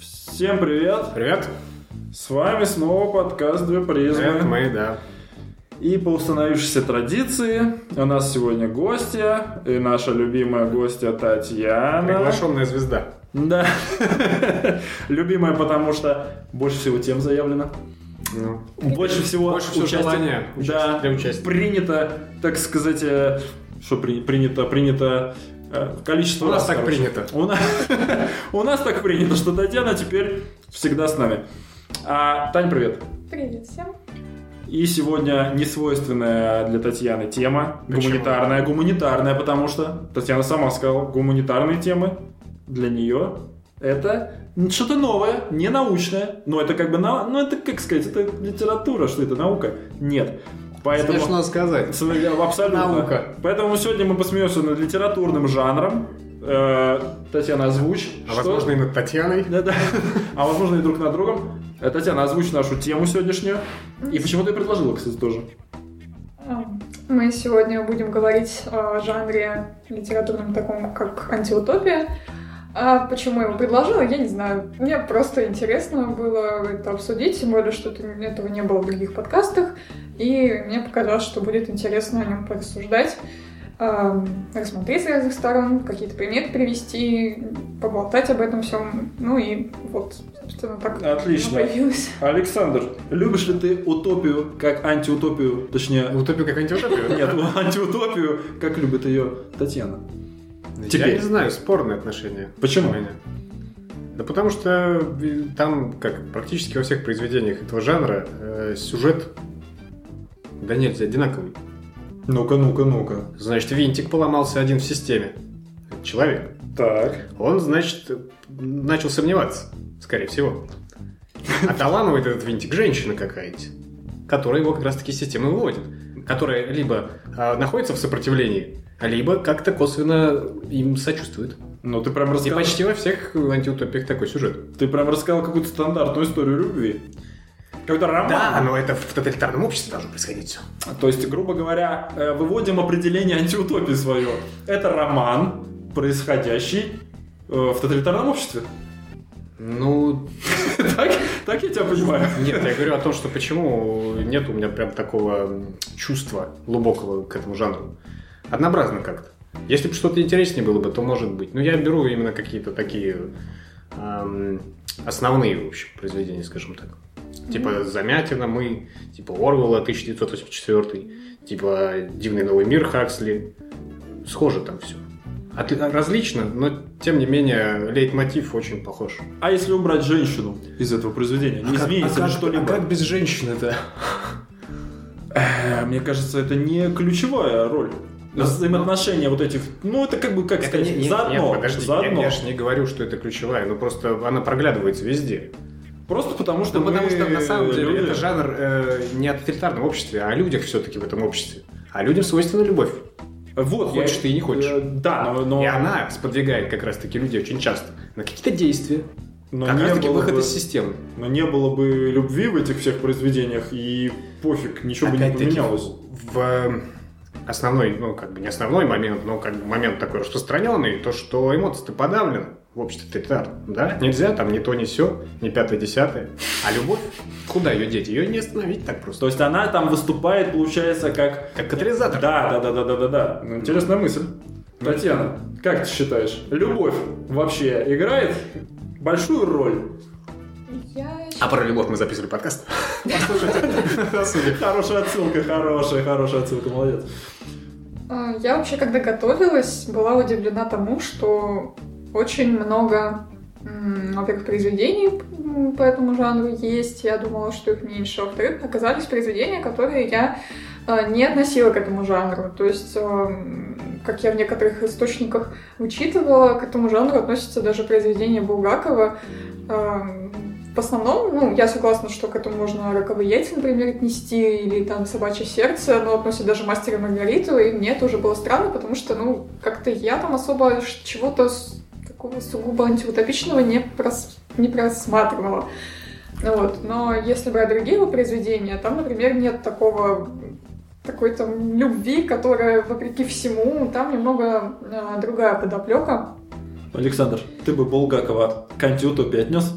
Всем привет! Привет. С вами снова подкаст «Две призмы». Привет, мы, да. И по установившейся традиции у нас сегодня гостья, и наша любимая гостья Татьяна. Приглашенная звезда. Да. Любимая, потому что больше всего тем заявлено. Ну, Больше всего, Больше всего участия- желания да, участия- для участия. принято, так сказать, э, что при- принято, принято э, количество У нас раз, так короче. принято. У нас, у нас так принято, что Татьяна теперь всегда с нами. А, Тань, привет. Привет всем. И сегодня несвойственная для Татьяны тема, Почему? гуманитарная, гуманитарная, потому что Татьяна сама сказала, гуманитарные темы для нее это что-то новое, не научное, но это как бы, на, ну это как сказать, это литература, что это наука? Нет. Поэтому... Смешно сказать. С- Абсолютно. Наука. Поэтому сегодня мы посмеемся над литературным жанром. Э, Татьяна, озвучь. А что- возможно и над Татьяной. да, да. А возможно и друг на другом. Э, Татьяна, озвучь нашу тему сегодняшнюю. И почему ты предложила, кстати, тоже. А, Мы сегодня будем говорить о жанре литературном таком, как антиутопия. А почему я его предложила, я не знаю. Мне просто интересно было это обсудить, тем более, что это- этого не было в других подкастах. И мне показалось, что будет интересно о нем порассуждать, эм, рассмотреть с разных сторон, какие-то приметы привести, поболтать об этом всем. Ну и вот, собственно, так оно Отлично. появилось. Александр, любишь ли ты утопию как антиутопию, точнее, Утопию как антиутопию? нет, антиутопию, как любит ее Татьяна? Я Теперь. не знаю, спорные отношения. Почему? у меня. Да потому что э, там, как практически во всех произведениях этого жанра, э, сюжет да нельзя одинаковый. Ну-ка, ну-ка, ну-ка. Значит, винтик поломался один в системе. Человек. Так. Он, значит, начал сомневаться, скорее всего. А таламывает этот винтик женщина какая-нибудь, которая его как раз-таки из системы выводит. Которая либо а, находится в сопротивлении, либо как-то косвенно им сочувствует. Ну ты прям И рассказал. почти во всех антиутопиях такой сюжет. Ты прям рассказал какую-то стандартную историю любви. Какой-то роман. Да, но это в тоталитарном обществе должно происходить все. То есть, грубо говоря, э, выводим определение антиутопии свое. Это роман, происходящий э, в тоталитарном обществе. Ну, Так, так я тебя понимаю. нет, я говорю о том, что почему нет у меня прям такого м, чувства глубокого к этому жанру. Однообразно как-то. Если бы что-то интереснее было бы, то может быть. Но я беру именно какие-то такие эм, основные, в общем, произведения, скажем так. Типа «Замятина» мы, типа Орвелла 1984, типа «Дивный новый мир» Хаксли. Схоже там все. различно, но тем не менее лейтмотив очень похож. А если убрать женщину из этого А произведения, не изменится ли что-либо? без женщины-то? Э, Мне кажется, это не ключевая роль. Взаимоотношения вот этих, ну это как бы, как Ну, Это сказать, не, не- заодно, нет, подожди, я- заодно. Я, же не говорю, что это ключевая, но просто она проглядывается везде. Просто потому что Ну, потому мы что на самом деле люди. это жанр э, не о тоталитарном обществе, а о людях все-таки в этом обществе. А людям свойственна любовь. Вот, Хочешь ты и не хочешь. э, Да, но, но, И она сподвигает как раз-таки людей очень часто на какие-то действия, но как не раз-таки было выход бы... из системы. Но не было бы любви в этих всех произведениях, и пофиг, ничего бы не Опять-таки, поменялось. В э, основной, ну, как бы не основной момент, но как бы момент такой распространенный, то, что эмоции-то подавлены в обществе тоталитарном, да? Нельзя там ни то, ни все, ни пятое, десятое. А любовь, куда ее деть? Ее не остановить так То просто. есть она там выступает, получается, как... Как катализатор. Да, да, да, да, да, да, да. Ну, Интересная мысль. Ну, Татьяна, как ты считаешь, любовь вообще играет большую роль? Я А про любовь мы записывали подкаст. Послушайте. Хорошая отсылка, хорошая, хорошая отсылка, молодец. А, Я вообще, когда готовилась, была удивлена тому, что очень много, м, во-первых, произведений м, по этому жанру есть. Я думала, что их меньше. Во-вторых, оказались произведения, которые я а, не относила к этому жанру. То есть, эм, как я в некоторых источниках учитывала, к этому жанру относятся даже произведения Булгакова. Эм, В основном, ну, я согласна, что к этому можно «Роковые яйца», например, отнести, или там «Собачье сердце», но относят даже «Мастера и Маргариту», и мне это уже было странно, потому что, ну, как-то я там особо ш- чего-то с- такого сугубо антиутопичного не, прос- не просматривала. Ну Вот. Но если брать другие его произведения, там, например, нет такого такой там любви, которая, вопреки всему, там немного э, другая подоплека. Александр, ты бы Булгакова к антиутопии отнес?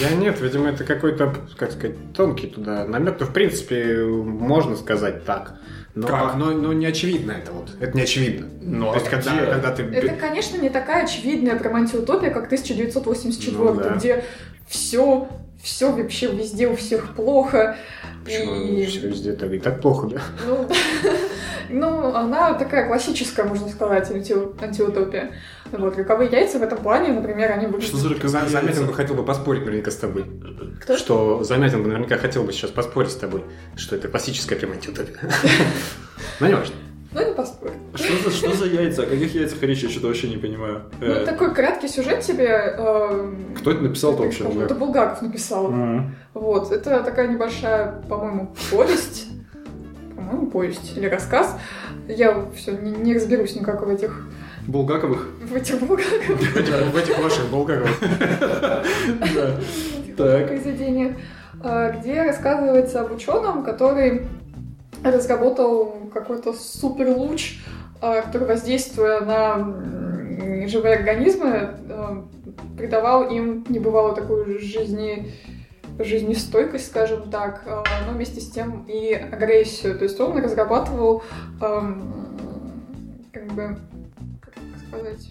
Я нет, видимо, это какой-то, как сказать, тонкий туда намек. Ну, в принципе, можно сказать так. Но, Как? но, но не очевидно это вот. Это не очевидно. Ну, То есть, а когда, где? когда ты... Это, конечно, не такая очевидная прям антиутопия, как 1984, Ну да. где все, все вообще везде у всех плохо. Почему все везде так и так плохо, да? Ну, ну, она такая классическая, можно сказать, анти- антиутопия. Вот, роковые яйца в этом плане, например, они Что выглядят... за роковые За- Замятин яйца? бы хотел бы поспорить наверняка с тобой. Кто? Что Замятин бы наверняка хотел бы сейчас поспорить с тобой, что это классическая прям антиутопия. Ну, не важно. Ну, не поспорь. Что за, что за яйца? О каких яйцах речь? Я что-то вообще не понимаю. Ну, Э, такой краткий сюжет тебе... э, Кто это написал-то как вообще? будто Булгаков написал. Мгм. Вот, это такая небольшая, по-моему, повесть. По-моему, повесть или рассказ. Я все не, не разберусь никак в этих, Булгаковых? в этих Булгаковых В этих- в этих ваших Булгаковых. Да. Так. произведениях, а, где рассказывается об ученом, который разработал какой-то супер луч, э, который, воздействуя на м, живые организмы, э, придавал им небывалую такую жизни жизнестойкость, скажем так, э, но вместе с тем и агрессию. То есть он разрабатывал, эм, как бы, как это сказать,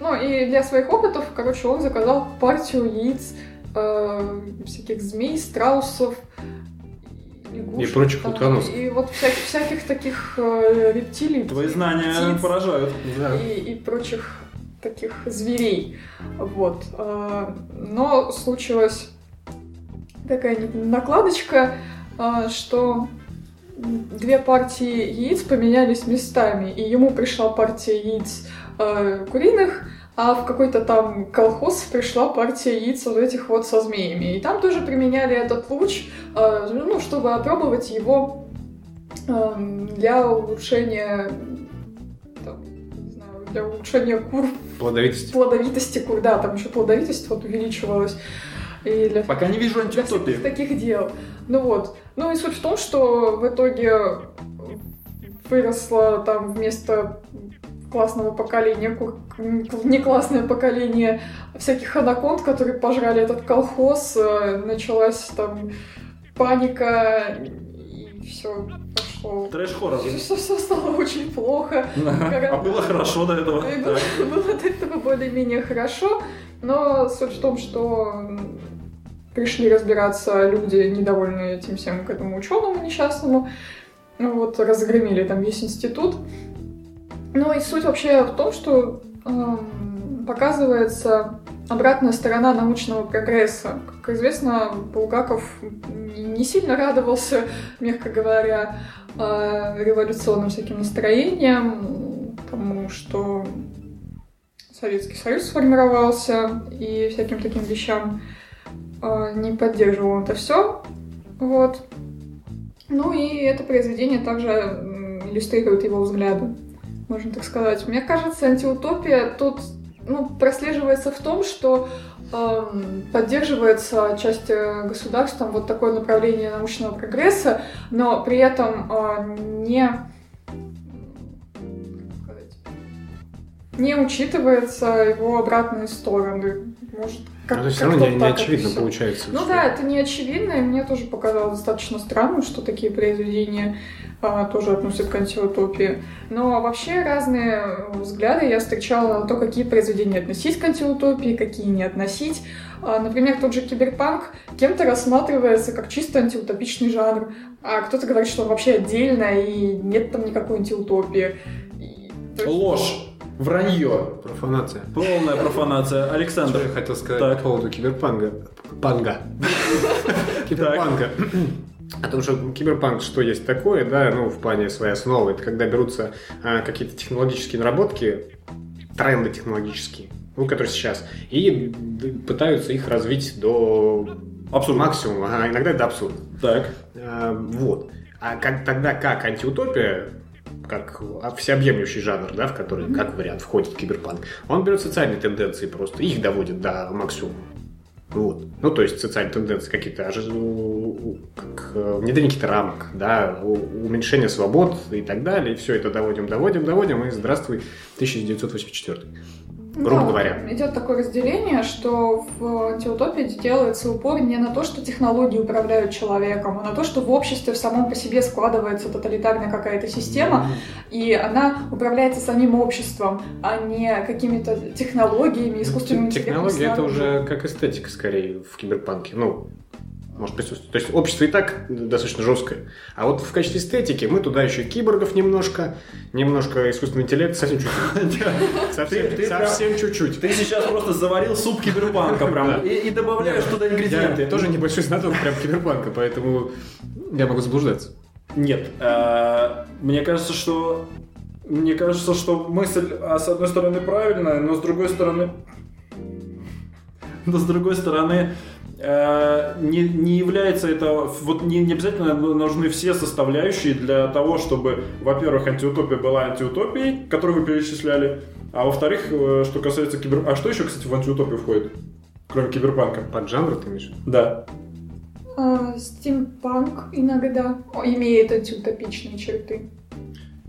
ну и для своих опытов, короче, он заказал партию яиц э, всяких змей, страусов, лягушек, И прочих там, утконосов. И вот всяких, всяких таких э, рептилий. Твои птиц знания поражают. Да. и, и прочих таких зверей. Вот. Э, Но случилась такая не- накладочка, э, что две партии яиц поменялись местами, и ему пришла партия яиц э, куриных, а в какой-то там колхоз пришла партия яиц вот этих вот со змеями. И там тоже применяли этот луч, э, ну, чтобы опробовать его эм, для улучшения там, не знаю, для улучшения кур, Плодовитость. плодовитости кур, да, там еще плодовитость вот увеличивалась. И для Пока не вижу для всяких антиутопии. таких дел. Ну вот. Ну и суть в том, что в итоге выросло там вместо классного поколения, ку- не классное поколение а всяких анаконд, которые пожрали этот колхоз, э, началась там паника, и все пошло. Трэш-хоррор. Все, стало очень плохо. А было хорошо до этого. И было, Так. было от этого более-менее хорошо, но суть в том, что м, пришли разбираться люди, недовольные этим всем к этому ученому несчастному. Ну Вот, разгромили там весь институт. Ну и суть вообще в том, что эм, показывается обратная сторона научного прогресса. Как известно, Булгаков н- не сильно радовался, мягко говоря, э, революционным всяким настроениям, тому, что Советский Союз сформировался и всяким таким вещам э, не поддерживал он это все. Вот. Ну и это произведение также м, иллюстрирует его взгляды, можно так сказать. Мне кажется, антиутопия тут ну, прослеживается в том, что эм, поддерживается часть государством вот такое направление научного прогресса, но при этом э, не как сказать, не учитывается его обратные стороны. Может, как, Ну, то есть все как-то равно не- не так это очевидно всё. получается. Ну что- да, это не очевидно, и мне тоже показалось достаточно странным, что такие произведения а, тоже относят к антиутопии. Но вообще разные взгляды я встречала на то, какие произведения относить к антиутопии, какие не относить. А, например, тот же киберпанк кем-то рассматривается как чисто антиутопичный жанр, а кто-то говорит, что он вообще отдельно, и нет там никакой антиутопии. И- то есть- Ложь. Вранье. Профанация. Полная профанация. Что Александр. я хотел сказать Так. по поводу киберпанга. Панга. Киберпанга. О том, что киберпанк, что есть такое, да, ну, в плане своей основы, это когда берутся а, какие-то технологические наработки, тренды технологические, ну, которые сейчас, и д- пытаются их развить до Абсурд. максимума, а иногда до абсурда. Так. А, вот. А как, тогда как антиутопия, как всеобъемлющий жанр, да, в который, как вариант, входит киберпанк, он берет социальные тенденции просто, их доводит до максимума. Вот. Ну, то есть социальные тенденции какие-то, ожи- у- у- как, э, внедрение каких-то рамок, да, у- уменьшение свобод и так далее. И все это доводим, доводим, доводим, и здравствуй, 1984. грубо Да, говоря. Идет Ну, такое разделение, что в антиутопии делается упор не на то, что технологии управляют человеком, а на то, что в обществе в самом по себе складывается тоталитарная какая-то система, и она управляется самим обществом, а не какими-то технологиями, искусственными Те- Технология это уже как эстетика скорее в киберпанке. Ну, может присутствовать. То есть общество и так достаточно жесткое. А вот в качестве эстетики мы туда еще киборгов немножко, немножко искусственного интеллекта, совсем чуть-чуть. Ты- Совсем- ты Совсем чуть-чуть. Ты сейчас просто заварил суп киберпанка прям и, и добавляешь туда ингредиенты. Я тоже небольшой знаток прям киберпанка, поэтому я могу заблуждаться. Нет, э, мне кажется, что мне кажется, что мысль а, с одной стороны правильная, но с другой стороны, но с другой стороны э, не, не является это вот не, не обязательно ну, нужны все составляющие для того, чтобы, во-первых, антиутопия была антиутопией, которую вы перечисляли, а во-вторых, э, что касается кибер, а что еще, кстати, в антиутопию входит, кроме киберпанка? Под жанр ты имеешь? в виду? Да. А, Стимпанк иногда имеет антиутопичные черты.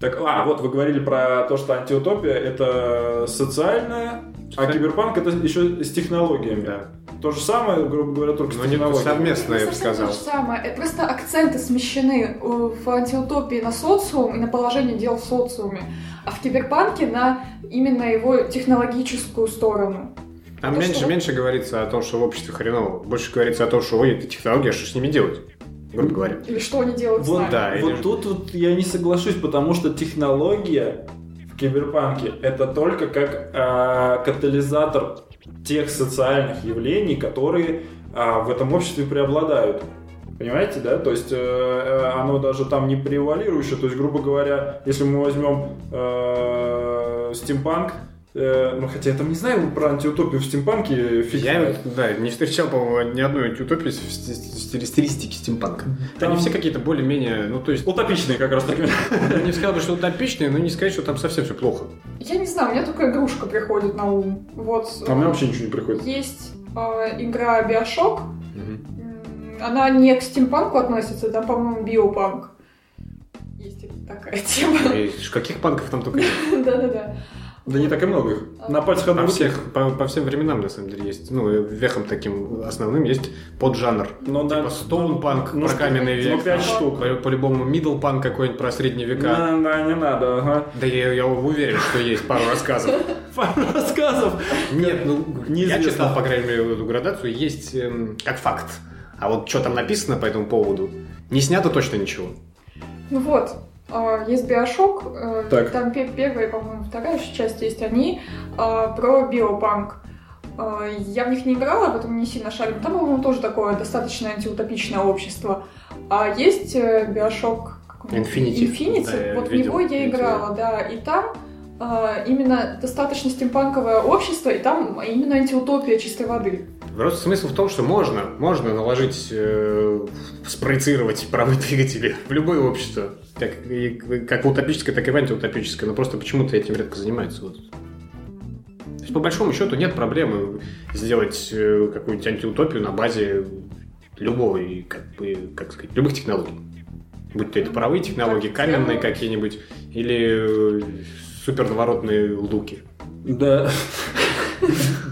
Так, а, вот вы говорили про то, что антиутопия это социальная, а Социаль- киберпанк это еще с технологиями. Да. То же самое, грубо говоря, только Но с не технологиями. совместно, я бы совсем сказал. то же самое. Это просто акценты смещены э, в антиутопии на социум и на положение дел в социуме, а в киберпанке на именно его технологическую сторону. Там То, меньше, что- меньше говорится о том, что в обществе хреново. Больше говорится о том, что ой, это технология, а что с ними делать? Грубо говоря. Или что они делают с Вот, нами. да, вот или- тут вот я не соглашусь, потому что технология в киберпанке это только как а, катализатор тех социальных явлений, которые а, в этом обществе преобладают. Понимаете, да? То есть э, э, оно даже там не превалирующее. То есть, грубо говоря, если мы возьмем э, стимпанк, э, ну хотя я там не знаю про антиутопию в стимпанке, фиг Я знает. вот, да, не встречал, по-моему, ни одной утопии в сти- сти- стилистике стимпанка. Там Они все какие-то более-менее, ну то есть, утопичные как раз таки. я не сказал бы, что утопичные, но не сказать, что там совсем все плохо. Я не знаю, у меня только игрушка приходит на ум. Вот э, А мне вообще ничего не приходит. есть э, игра Биошок. М, Она не к стимпанку относится, там, по-моему, биопанк. Есть такая тема. И каких панков там только нет. Да-да-да. Да не так и много их. На пальцах одной По, руки. всех, по, по всем временам, на самом деле, есть. Ну, вехом таким основным есть поджанр. Ну да. Типа стоунпанк Ну, про каменный ну, век. Ну, пять там, штук. по- По-любому мидл-панк какой-нибудь про средние века. Да, да, не надо, ага. Да я, я уверен, что есть пару рассказов. Пару рассказов. Нет, ну, я Неизвестно. читал, по крайней мере, эту градацию, есть эм, как факт. А вот что там написано по этому поводу, не снято точно ничего. Ну вот, э, есть Биошок, э, Так. там пе- первая, по-моему, вторая еще часть есть, они э, про биопанк. Э, Я в них не играла, поэтому не сильно шарю. Там, по-моему, тоже такое достаточно антиутопичное общество. А есть э, Биошок... как он? Infinity. Да, Infinity. я вот в видел, него я видел. играла, да. И там э, именно достаточно стимпанковое общество, и там именно антиутопия чистой воды. Просто смысл в том, что можно, можно наложить, э, спроецировать правые двигатели в любое общество. Как, и- как в утопическое, так и в антиутопическое. Но просто почему-то этим редко занимаются. Вот. То есть, по большому счету, нет проблемы сделать э, какую-нибудь антиутопию на базе любого, и, как, бы, как сказать, любых технологий. Будь то это паровые технологии, каменные какие-нибудь, или э, супернаворотные луки. Да.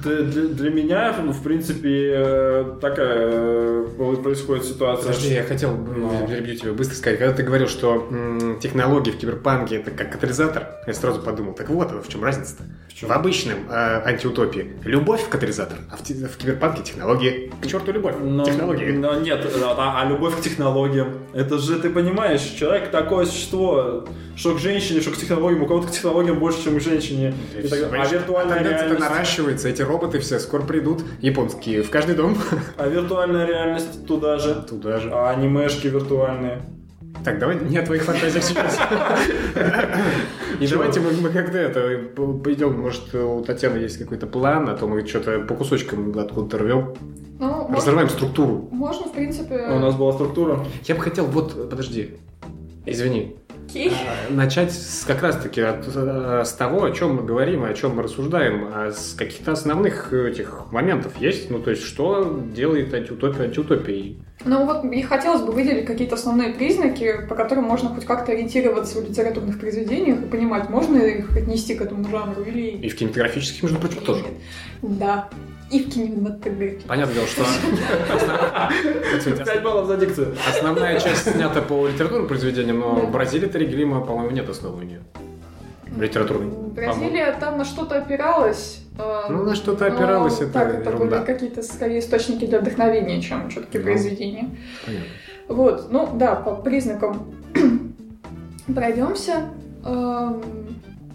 Для, для- для меня, ну, в принципе, э, такая э, происходит ситуация. Подожди, я хотел бы, Но. перебью тебя быстро сказать. Когда ты говорил, что м, технологии в киберпанке это как катализатор, я сразу подумал, так вот, оно в чем разница-то? В В, чём? обычном э, антиутопии любовь катализатор, а в, те- в киберпанке технологии. К черту любовь, Но- технологии. но нет, а, а любовь к технологиям. Это же, ты понимаешь, человек такое существо, что к женщине, что к технологиям. У кого-то к технологиям больше, чем к женщине. И так далее. а виртуальная это реальность... наращивается, эти роботы все скоро придут, японские, в каждый дом. А виртуальная реальность туда же. Туда же. А анимешки виртуальные. Так, давай не о твоих фантазиях сейчас. И Чего? давайте мы, мы как-то это по- пойдем, может, у Татьяны есть какой-то план, а то мы что-то по кусочкам откуда-то рвем. Ну, можно, Разрываем структуру. можно, в принципе... У нас была структура. Я бы хотел, вот, э, подожди, извини, Кей. э, начать с, как раз-таки от, э, с того, о чем мы говорим, о чем мы рассуждаем, а с каких-то основных э, этих моментов есть, ну, то есть, что делает антиутопия антиутопией. Ну вот и хотелось бы выделить какие-то основные признаки, по которым можно хоть как-то ориентироваться в литературных произведениях и понимать, можно ли их отнести к этому жанру или... И в кинематографических, между прочим, тоже. А Да. И в кинематографе. Понятное дело, что Пять баллов за дикцию. основная часть снята по литературным произведениям, но Да. в Бразилии Терегрима, по-моему, нет основы у нее. Литературной. Бразилия там на что-то опиралась. э, Ну, на что-то но опиралась, это так, это были ерунда. какие-то скорее источники для вдохновения, чем четкие Ну. произведения. Понятно. Вот, ну да, по признакам пройдемся. Эм,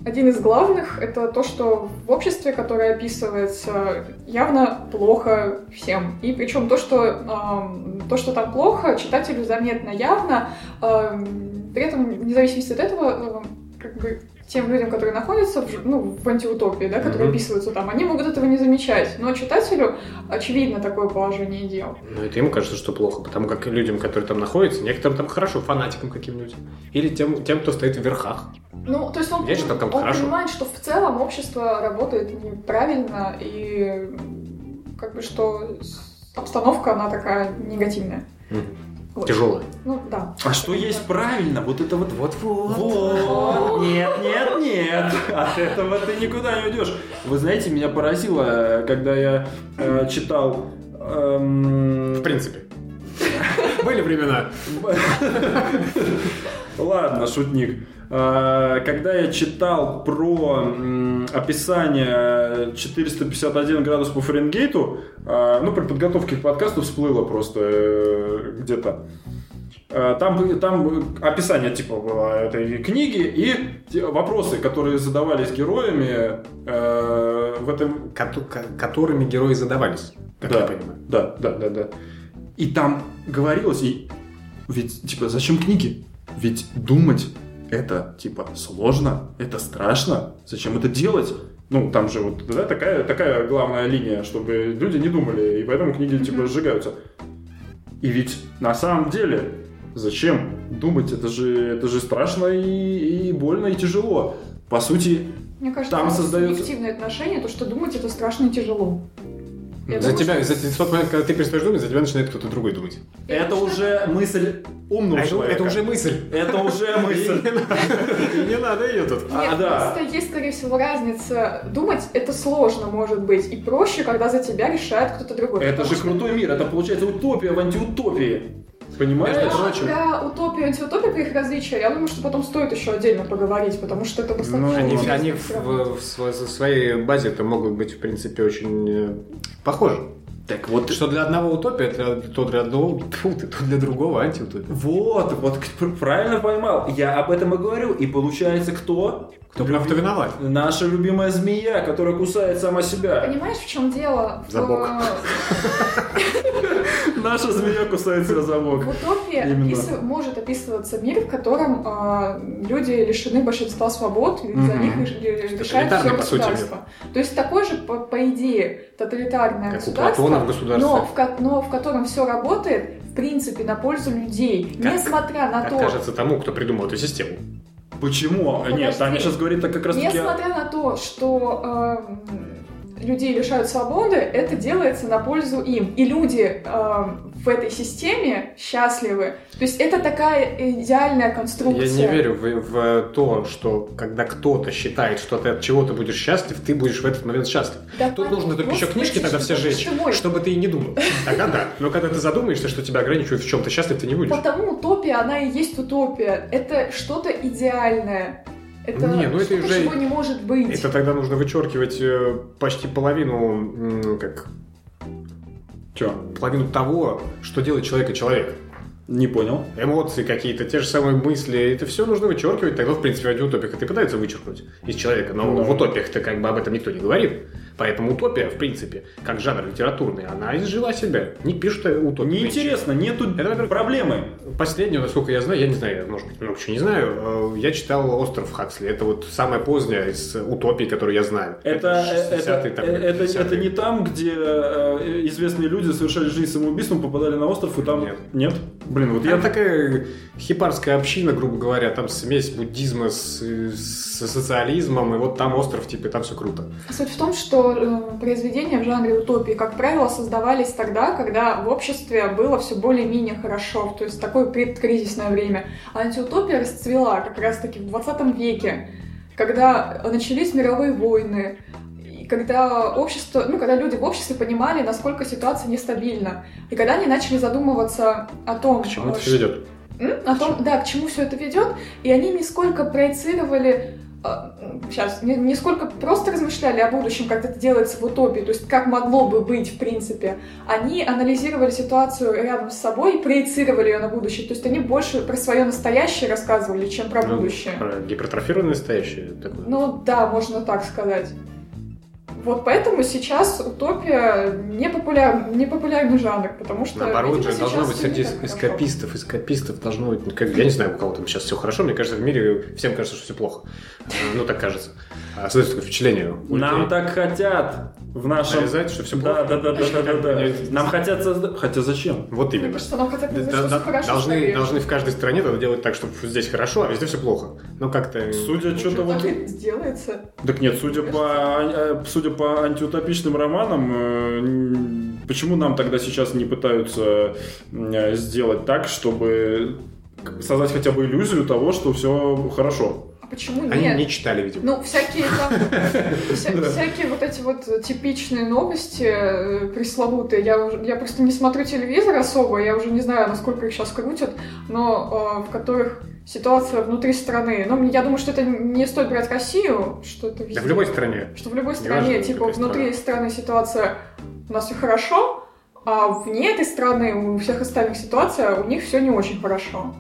Один из главных это то, что в обществе, которое описывается, явно плохо всем. И причем то, что эм, то, что там плохо, читателю заметно явно. эм, При этом, не зависимости от этого, эм, как бы тем людям, которые находятся в, ж- ну, в антиутопии, да, которые Мгм. описываются там, они могут этого не замечать. Но читателю очевидно такое положение дел. Ну, это ему кажется, что плохо, потому как людям, которые там находятся, некоторым там хорошо, фанатикам каким-нибудь. Или тем, тем кто стоит в верхах. Ну, то есть он, Я считаю, там он хорошо. понимает, что в целом общество работает неправильно, и как бы что с- обстановка, она такая негативная. Вот. Тяжелое. Ну, да. А что есть правильно? Вот это вот... Вот-вот. Вот. Нет, нет, нет. От этого ты никуда не уйдешь. Вы знаете, меня поразило, э, когда я э, читал... эм, В принципе. Были времена. Ладно, шутник. А, Когда я читал про м, описание 451 градус по Фаренгейту, а, ну, при подготовке к подкасту всплыло просто э, где-то. А, Там, бы- там описание типа было этой книги и те вопросы, которые задавались героями э, в этом Кото- ко- Которыми герои задавались, как Да. я понимаю. да, да, да, да. И там говорилось, и ведь, типа, зачем книги? Ведь думать это, типа, сложно, это страшно, зачем это делать? Ну, там же вот, да, такая, такая главная линия, чтобы люди не думали, и поэтому книги, типа, Мгм. сжигаются. И ведь на самом деле, зачем думать? Это же, это же страшно и, и больно, и тяжело. По сути, Мне кажется, Там это создаётся- субъективное отношение, то, что думать, это страшно и тяжело. Я за думаю, тебя, за те- в тот момент, когда ты перестаешь думать, за тебя начинает кто-то другой думать. Я это думаю, что- уже мысль А умного это, человека. это уже мысль. это уже мысль. И Не надо ее тут. А, Нет, да. просто есть, скорее всего, разница. Думать это сложно, может быть, и проще, когда за тебя решает кто-то другой. Это Потому же что крутой мир, это получается утопия в антиутопии. Понимаешь? Между Да, прочим. Про утопию и антиутопию, про их различия, я думаю, что потом стоит еще отдельно поговорить, потому что это достаточно... Ну, Они, Вот. интересно они в, всё равно. в- в сво- со своей базе это могут быть, в принципе, очень э, похожи. Так вот, Что для одного утопия, для- то для одного, тьфу ты, то для другого антиутопия. вот, вот к- пр- правильно поймал. Я об этом и говорю. И получается, кто? Кто прав, кто виноват. Наша любимая змея, которая кусает сама себя. Понимаешь, в чем дело? В- э, За бок. Наша змея кусает себя за бок. В утопии Именно. описыв- может описываться мир, в котором а, люди лишены большинства свобод, и за Мгм. них реш- решает тоталитарный, все по сути, мир. государство. То есть такое же, по, по идее, тоталитарное Как у государство, Платона в Э, но государстве. в, ко- но в котором все работает, в принципе, на пользу людей, Как- несмотря на Как то, кажется тому, кто придумал эту систему. Почему? А, Подожди. Нет, Таня сейчас говорит так как раз таки... Несмотря на то, что эм, людей лишают свободы, это делается на пользу им. И люди эм, в этой системе счастливы. То есть это такая идеальная конструкция. Я не верю в, в то, что когда кто-то считает, что ты от чего-то будешь счастлив, ты будешь в этот момент счастлив. Да, Тут нужно только еще Господи, книжки тогда все что ж жечь, ты мой. чтобы ты и не думал. Тогда да. Но когда ты задумаешься, что тебя ограничивают в чем-то счастлив, ты не будешь. Потому утопия, она и есть утопия. Это что-то идеальное. Это Не, ну это что-то, уже- чего не может быть. Это тогда нужно вычеркивать э, почти половину, м, как Чё? половину того, что делает человека человек. Не понял. Эмоции какие-то, те же самые мысли, это все нужно вычеркивать. Тогда, в принципе, в антиутопиях это и пытаются вычеркнуть из человека. Но Ну да. в утопиях-то как бы об этом никто не говорит. Поэтому утопия, в принципе, как жанр литературный, она изжила себя. Не пишут утопии. Неинтересно, нету Это, во-первых, проблемы. Последнюю, насколько я знаю, я не знаю, я, может быть, много чего не знаю, э, я читал «Остров Хаксли». Это вот самая поздняя из утопий, которую я знаю. Это, это, 60-е, это, э, там, это, 50-е. это не э, там, где э, известные люди совершали жизнь самоубийством, попадали на остров и там... Нет. Нет? Блин, вот я Там так... такая хипарская община, грубо говоря, там смесь буддизма с, с социализмом, и вот там остров, типа, и там все круто. А Суть в том, что э, произведения в жанре утопии, как правило, создавались тогда, когда в обществе было все более-менее хорошо, то есть такое предкризисное время. А антиутопия расцвела как раз-таки в 20 веке, когда начались мировые войны, и когда общество, ну, когда люди в обществе понимали, насколько ситуация нестабильна, и когда они начали задумываться о том, К чему это э, все ведет? М? о том, да, к чему все это ведет, и они нисколько проецировали а, сейчас, нисколько просто размышляли о будущем, как это делается в утопии, то есть как могло бы быть, в принципе. Они анализировали ситуацию рядом с собой и проецировали ее на будущее, то есть они больше про свое настоящее рассказывали, чем про Ну, будущее. Про Гипертрофированное настоящее такое. Ну да, можно так сказать. Вот поэтому сейчас утопия не, популяр... не популярный жанр, потому что... Наоборот, видимо, же должно сейчас быть всё не среди так хорошо. эскапистов. Эскапистов должно быть... ну, как- я не знаю, у кого там сейчас все хорошо. Мне кажется, в мире всем кажется, что все плохо. Э, Ну, так кажется. А создается такое впечатление. у Нам людей. так хотят в нашем... Нарезать, что все Да, плохо. да, да, да, да, да, да. Нет. Нам хотят создать... Хотя зачем? Вот Мне именно. кажется, нам хотят Д- сказать, д- Ну, что всё д- хорошо, Должны, скорее. должны в каждой стране это делать так, чтобы здесь хорошо, а везде все плохо. Но как-то... Судя не чё-то получается. вот- Так и сделается. Так нет, судя по, э, судя по антиутопичным романам, э, н- почему нам тогда сейчас не пытаются э, сделать так, чтобы создать хотя бы иллюзию того, что все хорошо? А почему Они нет? не читали, видимо. Ну, всякие там, вся- всякие вот эти вот типичные новости э, пресловутые. Я, уже- я просто не смотрю телевизор особо, я уже не знаю, насколько их сейчас крутят, но э, в которых ситуация внутри страны. Ну, я думаю, что это не стоит брать Россию, что это Да везде. в любой стране. Что в любой Не стране, важно, типа, какая внутри страны ситуация у нас все хорошо, а вне этой страны у всех остальных ситуация, у них все не очень хорошо.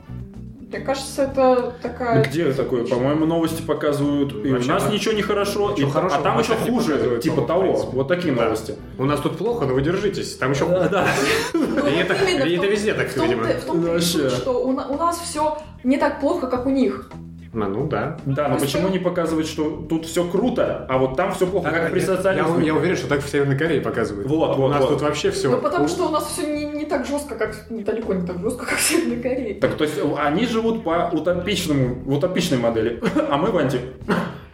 Мне кажется, это такая... Ну, Где такое? По-моему, новости показывают, и у Вообще, нас да. ничего не хорошо, и- Ничего а хорошего там еще вообще не хуже, показывают, типа по-моему, в того. принципе. Вот такие Да. новости. У нас тут плохо, но вы держитесь. Там еще Да, да. Ну, Да и вот это, именно да и в это том- везде так, В том-то видимо. в том-то и Вообще. суть, что у, на- у нас все не так плохо, как у них. Ну, ну да. Да, но Просто- почему не показывать, что тут все круто, а вот там все плохо, как при я, я, социализме? я уверен, что так в Северной Корее показывают. Вот, У вот, нас вот. тут вообще все. Ну, потому что у нас все не, не так жестко, как далеко не так жестко, как в Северной Корее. Так, то есть э, они живут по утопичному, в утопичной модели, а мы в анти.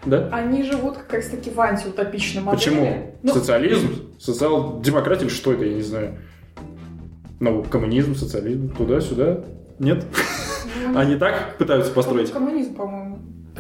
Да? Они живут как раз таки в антиутопичном модели. Почему? Ну, Социализм, социал-демократия, или что это, я не знаю. Ну, коммунизм, социализм, туда-сюда. Нет? ну, Они так пытаются построить? Коммунизм, по-моему.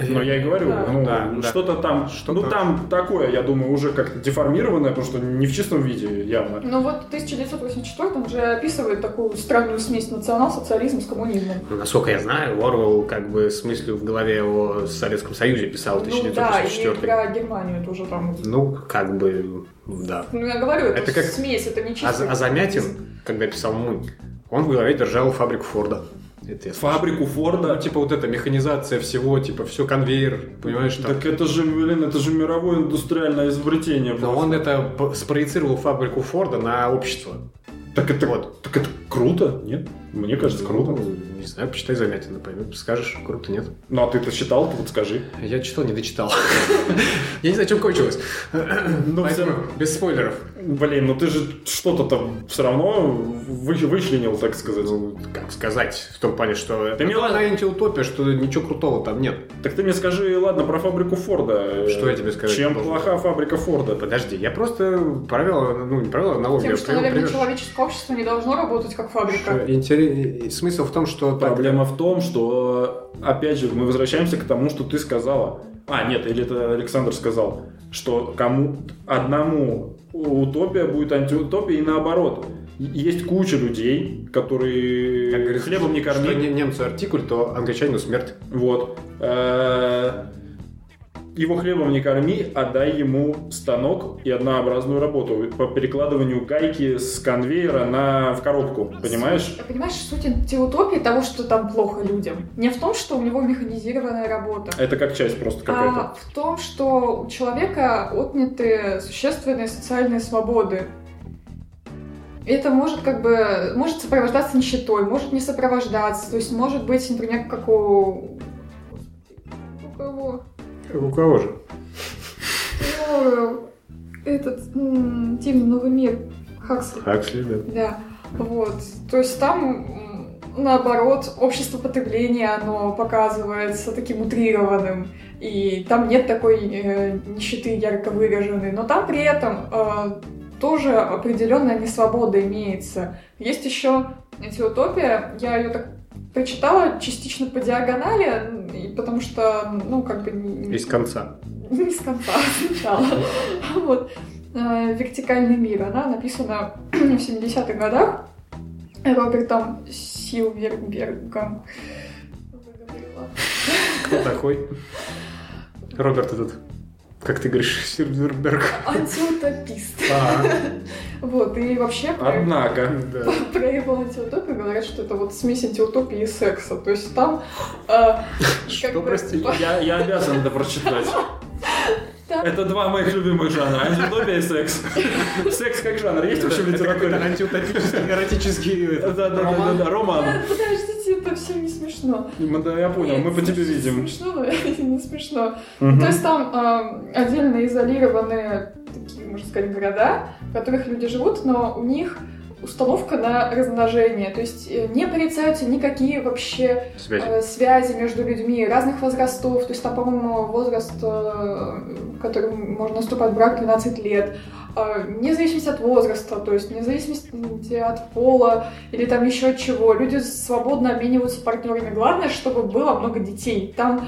Но я и говорю, Да. ну, Да, да. что-то там, Что-то- ну там такое, я думаю, уже как-то деформированное, потому что не в чистом виде явно. Ну вот в 1984 уже описывает такую странную смесь национал-социализма с коммунизмом. Ну, насколько я знаю, Орвел как бы с мыслью в голове о Советском Союзе писал в ну да, и 1984. про Германию тоже там. Ну, как бы, да. Ну я говорю, это, Это как- смесь, это не чисто. А, За- а Замятин, когда писал «Мы», он в голове держал фабрику Форда. Это я слышал. Фабрику Ну, Форда. типа вот эта механизация всего, типа все конвейер, понимаешь? там. Так это же, блин, это же мировое индустриальное изобретение. Но он это п- спроецировал фабрику Форда на общество. Так это Вот. Так это круто, нет? Мне кажется, круто. Ну, Не знаю, почитай Замятина, поймешь. Скажешь, круто, нет? Ну а ты-то считал, вот скажи. Я читал, не дочитал. Я не знаю, чем кончилось. Ну, Поэтому без спойлеров. Блин, ну ты же что-то там все равно вы, вычленил, так сказать. Ну, как сказать, в том плане, что... Ты мне Ну, ладно. она антиутопия, что ничего крутого там нет. Так ты мне скажи, ладно, про фабрику Форда. Э, Что я тебе сказать Чем должен? плоха фабрика Форда? Подожди, я просто провел, ну, не провел аналогию, Тем, я что, привел наверное, пример, человеческое общество не должно работать как что фабрика. интерес- Смысл в том, что... так- Проблема в том, что, опять же, мы возвращаемся к тому, что ты сказала. А, нет, или это Александр сказал, что кому одному утопия будет антиутопия и наоборот. Есть куча людей, которые Как говорится, хлебом не Что корми. не- немцу артикуль, то англичанину смерть. Вот. Э, Его хлебом не корми, а дай ему станок и однообразную работу по перекладыванию гайки с конвейера на в коробку, понимаешь? Суть- Понимаешь, суть антиутопии того, что там плохо людям, не в том, что у него механизированная работа, Это как часть просто какая-то. а в том, что у человека отняты существенные социальные свободы. И Это может как бы может сопровождаться нищетой, может не сопровождаться. То есть может быть, например, как у у кого? У кого же? Ну, этот м, Тим Новый мир Хаксли. Хаксли, да. Да, вот. То есть там м, наоборот, общество потребления, оно показывается таким утрированным, и там нет такой э, нищеты ярко выраженной, но там при этом э, тоже определенная несвобода имеется. Есть еще антиутопия, я ее так прочитала частично по диагонали, и потому что, ну, как бы... не- Из конца. не с конца, а сначала. А Вот. Э, Вертикальный мир. Она написана в 70-х годах Робертом Силвербергом. Выговорила. Кто такой? Роберт этот, как ты говоришь, Сильверберг. Антиутопист. А, Вот, и вообще про, Однако. да. про его антиутопию говорят, что это вот смесь антиутопии и секса. То есть там... э, как Что, бы- прости? Ну, Я, я обязан это прочитать. типа. Да. Это два моих любимых жанра. Антиутопия и секс. Секс как жанр есть вообще в Это какой-то литературе? антиутопический, эротический Да, этот, да, да, да, роман. да, Э, Роман. Подождите, это все не смешно. Мы- да, я понял, мы по тебе Нет, видим. Смешно, но не смешно. Мгм. То есть там э, отдельно изолированные такие, можно сказать, города, в которых люди живут, но у них установка на размножение. То есть э, не порицаются никакие вообще Связи. э, связи между людьми разных возрастов. То есть там, по-моему, возраст, э, в котором можно вступать в брак, 12 лет. Э, Вне зависимости от возраста, то есть вне зависимости от пола или там еще от чего. Люди свободно обмениваются партнерами. Главное, чтобы было много детей. Там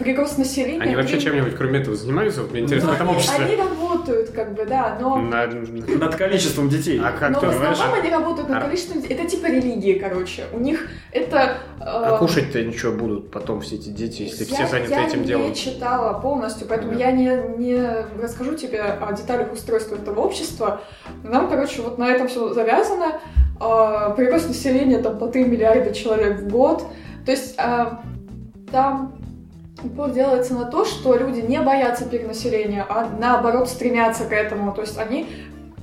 прирост населения... Они вообще при- чем-нибудь, кроме этого, занимаются? Вот мне интересно, в этом обществе. Они работают, как бы, да, но... На- Над количеством детей. А как но ты Ну, в понимаешь? основном они работают а- на количеством... детей. Это типа религии, короче. У них это... э, А кушать-то ничего будут потом все эти дети, если все Я- заняты этим Я делом. не читала полностью, поэтому я не, не расскажу тебе о деталях устройства этого общества. Но Нам, короче, вот на этом все завязано. А, Прирост населения там полторы миллиарда человек в год. То есть а, там упор делается на то, что люди не боятся перенаселения, а наоборот стремятся к этому. То есть они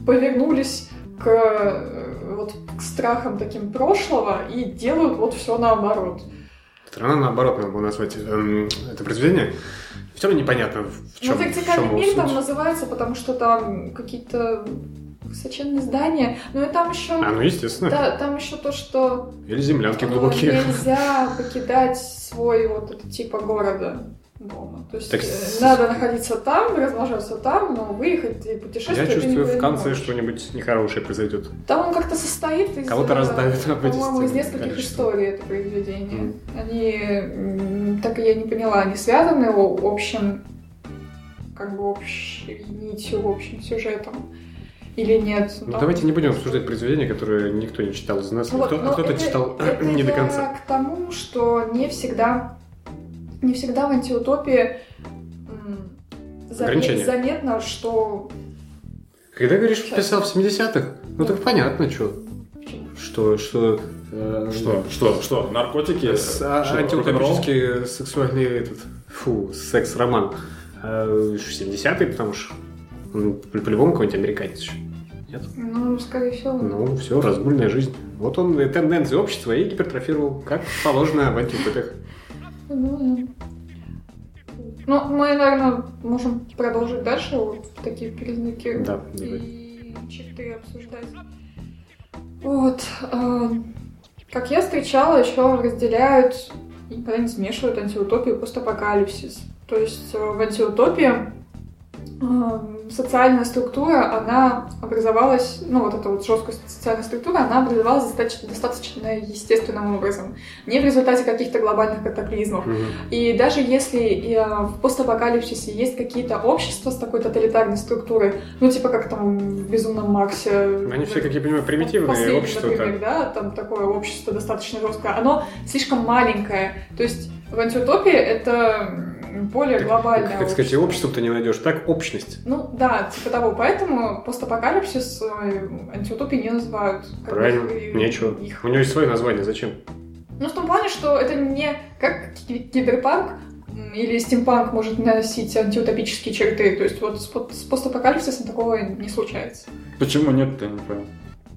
повернулись к, э, вот, к страхам таким прошлого и делают вот все наоборот. Страна, наоборот, надо было назвать эм, это произведение. Все равно непонятно, в Ну, чем, вертикальный мир там называется, потому что там какие-то высоченные здания. Ну и там еще... А, ну, естественно. Да, там еще то, что Или землянки э, глубокие. нельзя покидать свой вот этот типа города дома. То есть Так э, с- надо находиться там, размножаться там, но выехать и Я путешествовать. ты никуда чувствую, в не конце можешь. что-нибудь нехорошее произойдет. Там он как-то состоит из... Кого-то э, раздавят на По-моему, из 50 нескольких количество. историй это произведение. Мгм. Они, м, так и я не поняла, они связаны о- общим, как бы общей нитью, общим сюжетом или нет? Ну, давайте не будем обсуждать произведение, которое никто не читал из нас. Ну, Вот, Кто- но а кто-то это- читал это не до я конца. к тому, что не всегда, не всегда в антиутопии м, заме- Ограничения. заметно, что... э, Когда говоришь, писал в 70-х, ну так понятно, что. Что, что... э, Что? Что? Что? Наркотики? С- а- Что, рок-н-ролл? Антиутопический сексуальный этот, фу, секс-роман. Э, 70-е, потому что он по- по-любому какой-нибудь американец. еще. Ну, скорее всего. Ну, все, разгульная жизнь. Вот он и тенденции общества и гипертрофировал, как положено в антиутопиях. Ну, ну, мы, наверное, можем продолжить дальше вот такие признаки Да, давай. и черты обсуждать. Вот. э, Как я встречала, еще разделяют и никогда не смешивают антиутопию и постапокалипсис. То есть э, в антиутопии э, социальная структура, она образовалась, ну вот эта вот жесткая социальная структура, она образовалась достаточно, достаточно естественным образом, не в результате каких-то глобальных катаклизмов. Мгм. И даже если э, в постапокалипсисе есть какие-то общества с такой тоталитарной структурой, ну типа как там в «Безумном Максе». Они все, как я понимаю, примитивные Последний, общества. например, да, там такое общество достаточно жесткое. Оно слишком маленькое. То есть в антиутопии это м, более глобальное Как, как сказать, и общество-то не найдешь. Так, общность. ну да, типа того. Поэтому постапокалипсис э, антиутопии не называют. Как бы Правильно, их- нечего. их У него есть свое название, зачем? ну, в том плане, что это не как ки- киберпанк м, или стимпанк может наносить антиутопические черты. То есть вот с, по- с постапокалипсисом такого не случается. Почему нет, ты не понял.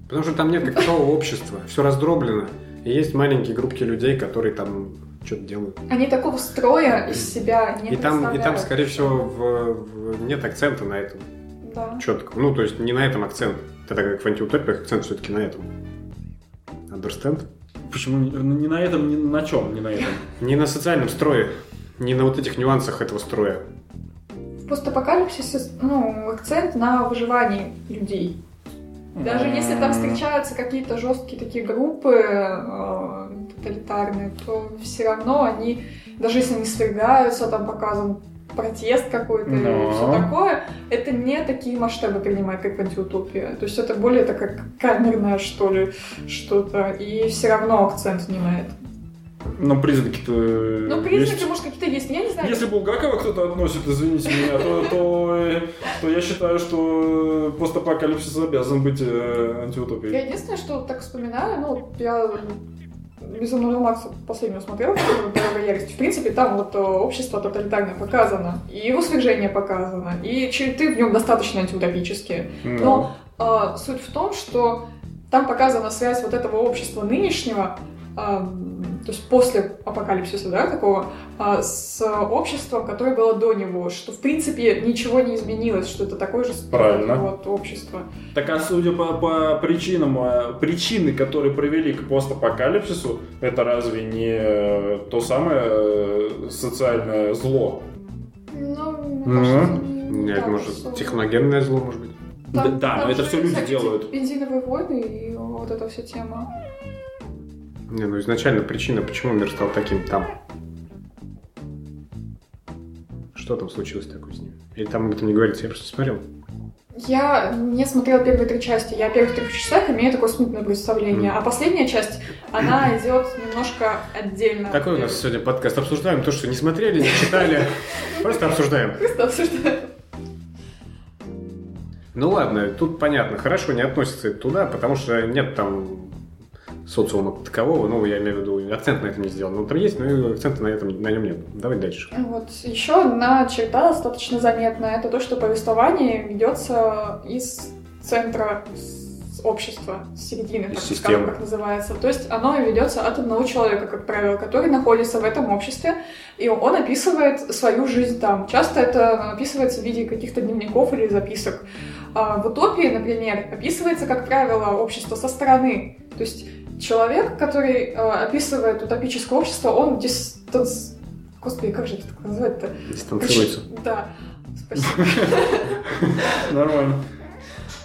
Потому что там нет никакого общества. Все раздроблено. И есть маленькие группки людей, которые там что-то делают. Они такого строя из себя не И там, и там, представляют. скорее всего, в- в- нет акцента на этом Да. четко. Ну, то есть не на этом акцент. Тогда как в антиутопиях акцент все-таки на этом. Understand? Почему не- ну, не на этом, ни на чем, не на этом. Не на социальном строе, не на вот этих нюансах этого строя. В постапокалипсисе ну, акцент на выживании людей. Даже если там встречаются какие-то жесткие такие группы э, тоталитарные, то все равно они, даже если не свергаются, там показан протест какой-то Да. и все такое, это не такие масштабы принимает, как антиутопия. То есть это более такая камерное, что ли, что-то. И все равно акцент не на это. Ну, признаки-то... Ну, признаки, есть. может, какие-то есть. Я не знаю. Если Булгакова кто-то относит, извините меня, то, то, э, то я считаю, что постапокалипсис обязан быть э, Я антиутопией. единственное, что так вспоминаю, ну, я «Безумного Макса» последнего смотрела, который «Дорога ярости». В принципе, там вот э, общество тоталитарное показано, и его свержение показано, и черты в нем достаточно антиутопические. Но э, суть в том, что там показана связь вот этого общества нынешнего, э, то есть после апокалипсиса, да, такого, а, с обществом, которое было до него, что в принципе ничего не изменилось, что это такое же Правильно. вот, общество. Так а судя по, по причинам, э, причины, которые привели к постапокалипсису, это разве не э, то самое э, социальное зло? Ну, мне Ну, кажется, не- не Нет, так может, особо. техногенное зло, может быть. Да, да, но это же все люди всякие делают. Бензиновые войны и вот эта вся тема. Не, ну изначально причина, почему мир стал таким там. Что там случилось такое с ним? Или там об этом не говорится, я просто смотрел. Я не смотрела первые три части. Я о первых трех часах имею такое смутное представление. Мгм. А последняя часть, она идет немножко отдельно. Такой у нас сегодня подкаст. Обсуждаем то, что не смотрели, не читали. Просто обсуждаем. Просто обсуждаем. Ну ладно, тут понятно, хорошо не относится это туда, потому что нет там социума как такового, ну, я имею в виду, акцент на этом не сделан. Он там есть, но и акцента на, этом, на нем нет. Давай дальше. Вот еще одна черта достаточно заметная. Это то, что повествование ведется из центра с общества, с середины, Из как, системы. как называется. То есть оно ведется от одного человека, как правило, который находится в этом обществе, и он описывает свою жизнь там. Часто это описывается в виде каких-то дневников или записок. А в утопии, например, описывается, как правило, общество со стороны. То есть человек, который э, описывает утопическое общество, он дистанц... Господи, как же это так называть-то? Дистанцируется. Да, спасибо. Нормально.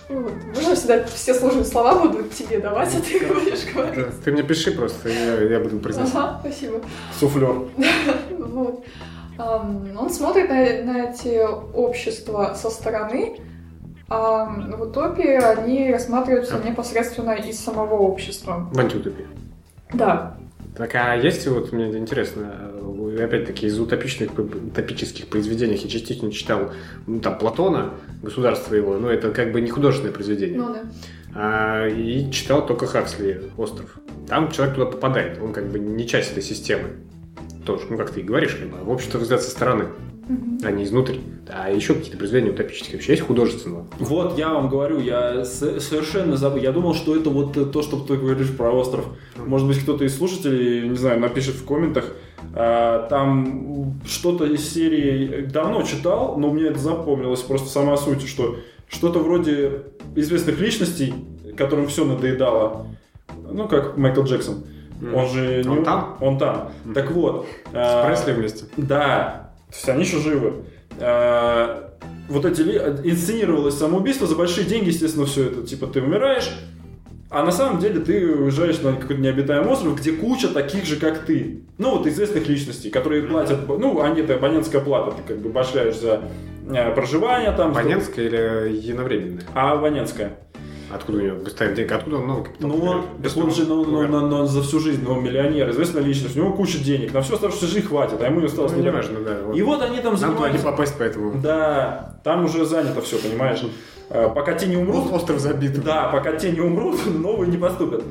Вот. Можно всегда все сложные слова буду тебе давать, а ты их будешь говорить. Ты мне пиши просто, я, я буду произносить. Ага, спасибо. Суфлер. Вот. Ам, Он смотрит на, на эти общества со стороны, а в утопии они рассматриваются непосредственно из самого общества. В антиутопии. Да. Так, а есть вот, мне интересно, э, опять-таки, из утопичных, п- утопических произведений я частично читал, ну, там, Платона, государство его, но это как бы не художественное произведение. Ну да. А, и читал только Хаксли «Остров». Там человек туда попадает, он как бы не часть этой системы. Тоже, ну, как ты и говоришь, как бы, в общем-то, взгляд со стороны, Мгм. а не изнутри. А еще какие-то произведения утопические вообще есть художественного? Вот, я вам говорю, я с- совершенно забыл. Я думал, что это вот э, то, что ты говоришь про остров. Может быть, кто-то из слушателей, не знаю, напишет в комментах. А, там что-то из серии давно читал, но мне это запомнилось просто сама суть, что что-то вроде известных личностей, которым все надоедало. Ну, как Майкл Джексон. Он же... Он там? Он там. Мгм. Так вот. С а, Пресли вместе. да, то есть они еще живы. А, вот эти ли- э, инсценировалось самоубийство за большие деньги, естественно, все это. Типа ты умираешь, а на самом деле ты уезжаешь на какой-то необитаемый остров, где куча таких же, как ты. Ну, вот известных личностей, которые платят, ну, они это абонентская плата, ты как бы башляешь за э, проживание там. Абонентская или единовременная? А абонентская. Откуда у него достает денег? Откуда он новый капитал? Ну, он, берет? так он же ну, ну, Наверное. ну, ну, за всю жизнь, ну, он миллионер, известная личность, у него куча денег, на всю оставшуюся жизнь хватит, а ему не осталось Ну, ни не на- важно, да. вот. И вот они там Нам туда не занимаются. попасть, поэтому... Да, там уже занято все, понимаешь? Э, Пока те не умрут, Вот остров забит. да, пока те не умрут, новые не поступят.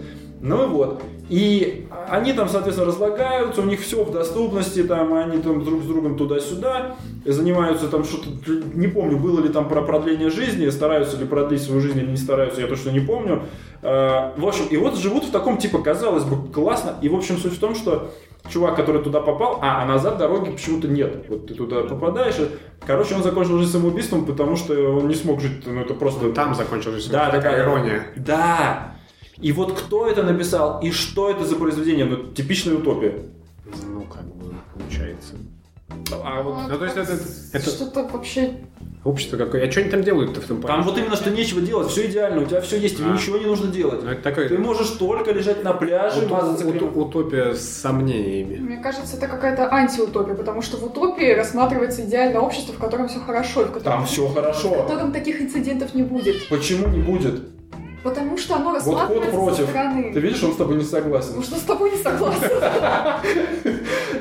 Ну и вот. И они там, соответственно, разлагаются, у них все в доступности, там они там друг с другом туда-сюда, занимаются там что-то, не помню, было ли там про продление жизни, стараются ли продлить свою жизнь или не стараются, я точно не помню. Э, В общем, и вот живут в таком, типа, казалось бы, классно. И, в общем, суть в том, что чувак, который туда попал, а, а назад дороги почему-то нет. Вот ты туда попадаешь, и- короче, он закончил жизнь самоубийством, потому что он не смог жить, ну это просто... Он там закончил жизнь. Да, такая такая ирония. Да. И вот кто это написал и что это за произведение, ну, типичная утопия. Ну, как бы, получается. А вот ну, то есть это- это- Что-то вообще... Общество какое. А что они там делают-то в том там вот именно, что нечего делать, все идеально, у тебя все есть, тебе А. ничего не нужно делать. Ну, это такое... Ты можешь только лежать на пляже, Утоп- мазаться ут- кремом. утопия с сомнениями. Мне кажется, это какая-то антиутопия, потому что в утопии рассматривается идеальное общество, в котором все хорошо, и в котором, Там все в хорошо. котором таких инцидентов не будет. Почему не будет? Потому что оно Вот кот рассматривается со против. стороны. Ты видишь, он с тобой не согласен. Потому что с тобой не согласен.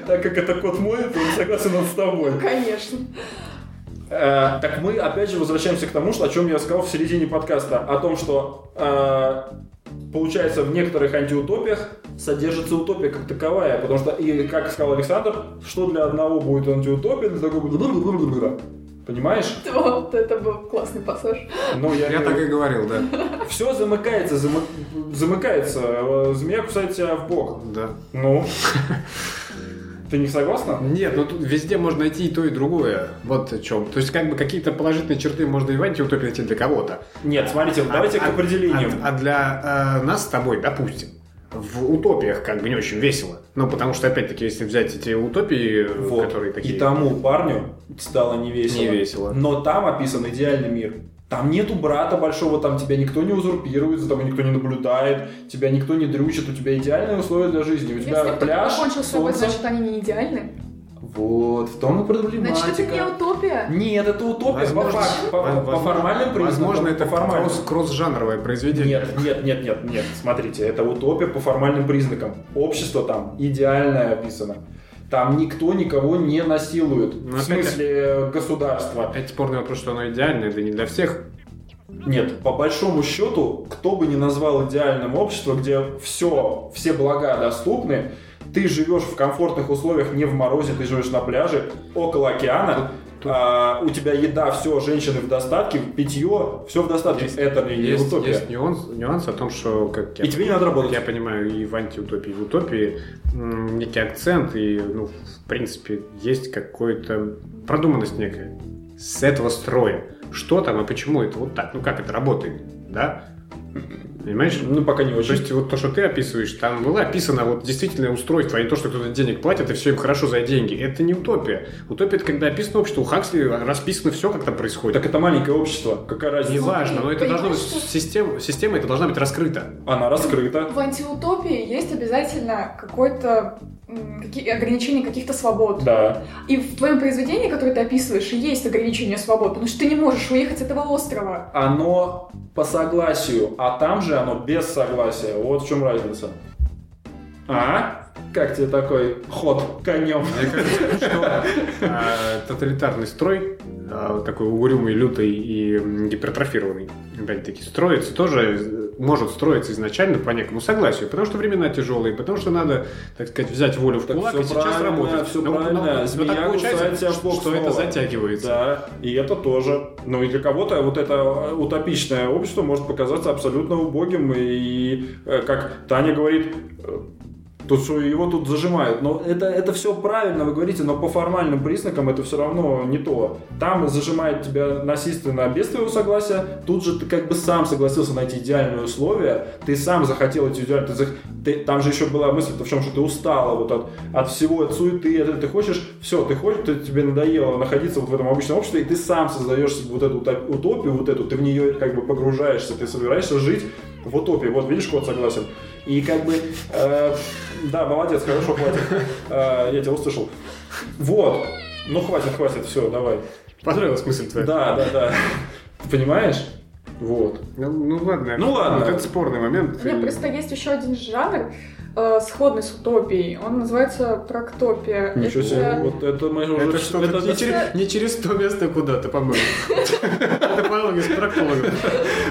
Так как это кот мой, то он согласен он с тобой. Конечно. Э, так мы опять же возвращаемся к тому, что, о чем я сказал в середине подкаста. О том, что э, получается в некоторых антиутопиях содержится утопия как таковая. Потому что, и как сказал Александр, что для одного будет антиутопия, для другого... бла-бла-бла-бла-бла. Понимаешь? Вот это был классный пассаж. Ну, Я так и говорил, да. Все замыкается, замы- замыкается. Э, Змея кусает тебя в бок. Да. Ну? Ты не согласна? Нет, ну тут везде можно найти и то, и другое. Вот о чем. То есть, как бы какие-то положительные черты можно и в антиутопии найти для кого-то. Нет, смотрите, А- давайте к а- определениям. А, а для э, нас с тобой, допустим, в утопиях как бы не очень весело. Ну, потому что, опять-таки, если взять эти утопии, э, Вот. которые такие... И тому парню стало не весело. Не весело. Но там описан идеальный мир. Там нету брата большого, там тебя никто не узурпирует, за тобой никто не наблюдает, тебя никто не дрючит, у тебя идеальные условия для жизни. У тебя Если кто-то пляж, покончил с собой, солнце. значит, они не идеальны. Вот, в том и проблематика. Значит, это не утопия. Нет, это утопия. по Возможно, фак- по, по возможно- формальным признакам. Возможно, по это формальным. кросс- кросс-жанровое произведение. Нет, нет, нет, нет, нет. Смотрите, это утопия по формальным признакам. Общество там идеальное описано. Там никто никого не насилует. в Ну, опять- смысле э, государства. Опять спорный вопрос, что оно идеальное, да не для всех. Нет, по большому счету, кто бы ни назвал идеальным общество, где все, все блага доступны, ты живешь в комфортных условиях, не в морозе, ты живешь на пляже, около океана, Тут- а, у тебя еда, все, женщины в достатке, питье, все в достатке. Есть- это ли не Есть, утопия? есть нюанс, нюанс о том, что как я, И тебе не надо работать. я понимаю, и в антиутопии, и в утопии м, некий акцент, и, ну, в принципе, есть какая-то продуманность некая с этого строя. Что там и почему это вот так? Ну, как это работает, да? Понимаешь? Ну, пока не То очень. есть вот то, что ты описываешь, там было описано вот действительное устройство, а не то, что кто-то денег платит, и все им хорошо за деньги. Это не утопия. Утопия – это когда описано общество, у Хаксли расписано все, как там происходит. Так это маленькое общество, какая разница? Неважно, но это Понимаешь, должно быть что- система, система это должна быть раскрыта. Она раскрыта. В антиутопии есть обязательно какое-то м, какие- ограничение каких-то свобод. Да. И в твоем произведении, которое ты описываешь, и есть ограничение свобод, потому что ты не можешь уехать с этого острова. Оно по согласию, а там же оно без согласия. Вот в чем разница. А? Как тебе такой ход конем? Мне кажется, что э, тоталитарный строй, э, такой угрюмый, лютый и м, гипертрофированный, опять-таки, строится тоже, э, может строиться изначально по некому согласию, потому что времена тяжелые, потому что надо, так сказать, взять волю в Так кулак всё и сейчас правильно, работать. Ну, всё Но- но- правильно. но так Змея кусает тебя в что, бок что это снова. затягивается. Да, и это тоже. Ну и для кого-то вот это э, утопичное общество может показаться абсолютно убогим. И э, как Таня говорит, э, тут что его тут зажимают. Но это, это все правильно, вы говорите, но по формальным признакам это все равно не то. Там зажимает тебя насильственно без твоего согласия, тут же ты как бы сам согласился найти идеальные условия, ты сам захотел эти идеальные... ты зах- ты- там же еще была мысль в чем, что ты устала вот от, от всего, от суеты, от- ты хочешь, все, ты хочешь, ты- тебе надоело находиться вот в этом обычном обществе, и ты сам создаешь себе вот эту утоп- утопию, вот эту, ты в нее как бы погружаешься, ты собираешься жить в утопии. Вот, видишь, кот согласен. И как бы... э, да, молодец, хорошо, хватит. Э, я тебя услышал. Вот. Ну, хватит, хватит, все, давай. Понравилась мысль твоя? Да, да, да. Ты понимаешь? Вот. Ну, ну ладно. Ну ладно. Вот это спорный момент. Нет, просто есть еще один жанр, э, сходный с утопией. Он называется проктопия. Ничего Это- себе. Вот это мы уже... Это что-то это- не, через, не через то место куда-то, по-моему. Это по аналогии с проктологом.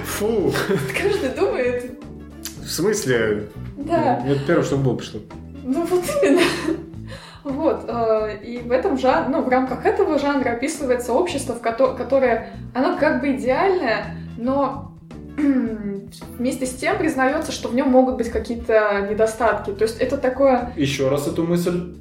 Фу. Каждый думает. В смысле? Да. Ну, Это первое, что в голову пришло. Ну вот именно. Вот, э, и в этом жанре, ну, в рамках этого жанра описывается общество, в кото- которое, оно как бы идеальное, но вместе с тем признается, что в нем могут быть какие-то недостатки. То есть это такое... Еще раз эту мысль.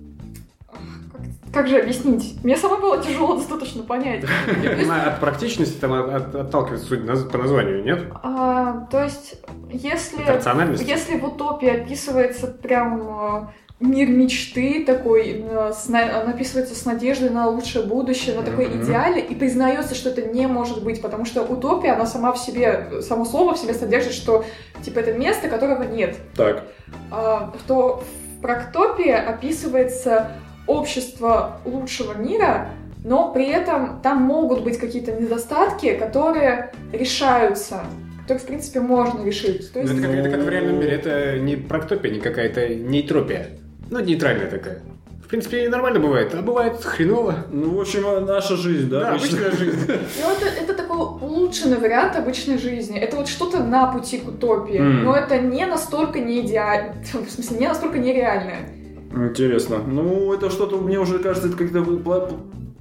как это Как же объяснить? Мне самой было тяжело достаточно понять. Я понимаю, от практичности там от- от- отталкивается суть наз- по названию, нет? А, то есть, если, От рациональности? если в утопии описывается прям э, мир мечты такой, э, с на- он описывается с надеждой на лучшее будущее, на такой Мгм. идеале, и признается, что это не может быть, потому что утопия, она сама в себе, само слово в себе содержит, что типа это место, которого нет. Так. а, то в Проктопии описывается общество лучшего мира, но при этом там могут быть какие-то недостатки, которые решаются, которые, в принципе, можно решить. То Ну, есть, это, как, это как в ну- реальном мире, это не проктопия, не какая-то нейтропия. Ну, нейтральная такая. В принципе, и нормально бывает, а бывает хреново. Ну, в общем, э, наша жизнь, да? Да, обычная жизнь. ну, это, это такой улучшенный вариант обычной жизни. Это вот что-то на пути к утопии, М. но это не настолько не идеально, в смысле, не настолько нереальное. Интересно. Ну, это что-то, мне уже кажется, это как-то пла-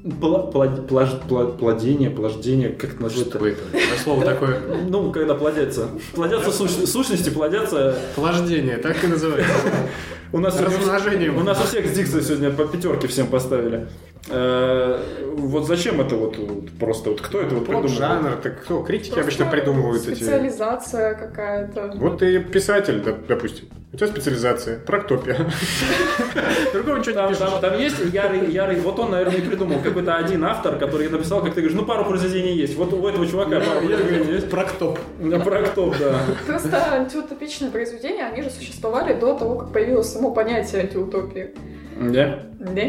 пла- пла- плаж- пла- плодение, плаждение, как это назвать Что это? За слово такое? Ну, когда плодятся. Плодятся суч- сущности, плодятся. Полождение, так и называется. У нас, Размножение. у нас у всех с дикцией сегодня по пятерке всем поставили. Э, вот зачем это вот, вот просто? Вот кто это вот Вот придумал? жанр, так кто? Критики Просто обычно придумывают эти... Специализация какая-то. Вот ты писатель, доп- допустим. У тебя специализация, проктопия. Другого ничего не Там, пишешь. там- там есть ярый, ярый, вот он, наверное, и придумал. Какой-то один автор, который написал, как ты говоришь, ну пару произведений есть. Вот у этого чувака пару произведений есть. проктоп. На проктоп, да. Просто антиутопичные произведения, они же существовали до того, как появилось само понятие антиутопии. Да? Да?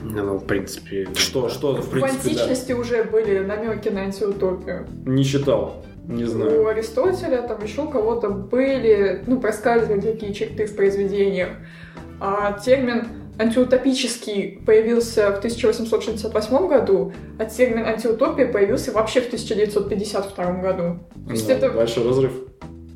Ну, в принципе... Что, что, в В, принципе, да. античности уже были намеки на антиутопию. Не читал. Не У знаю. Аристотеля, там еще у кого-то были, ну, проскальзывали такие черты в произведениях. А термин антиутопический появился в 1868 году, а термин антиутопия появился вообще в 1952 году. То есть Да, это- Большой разрыв.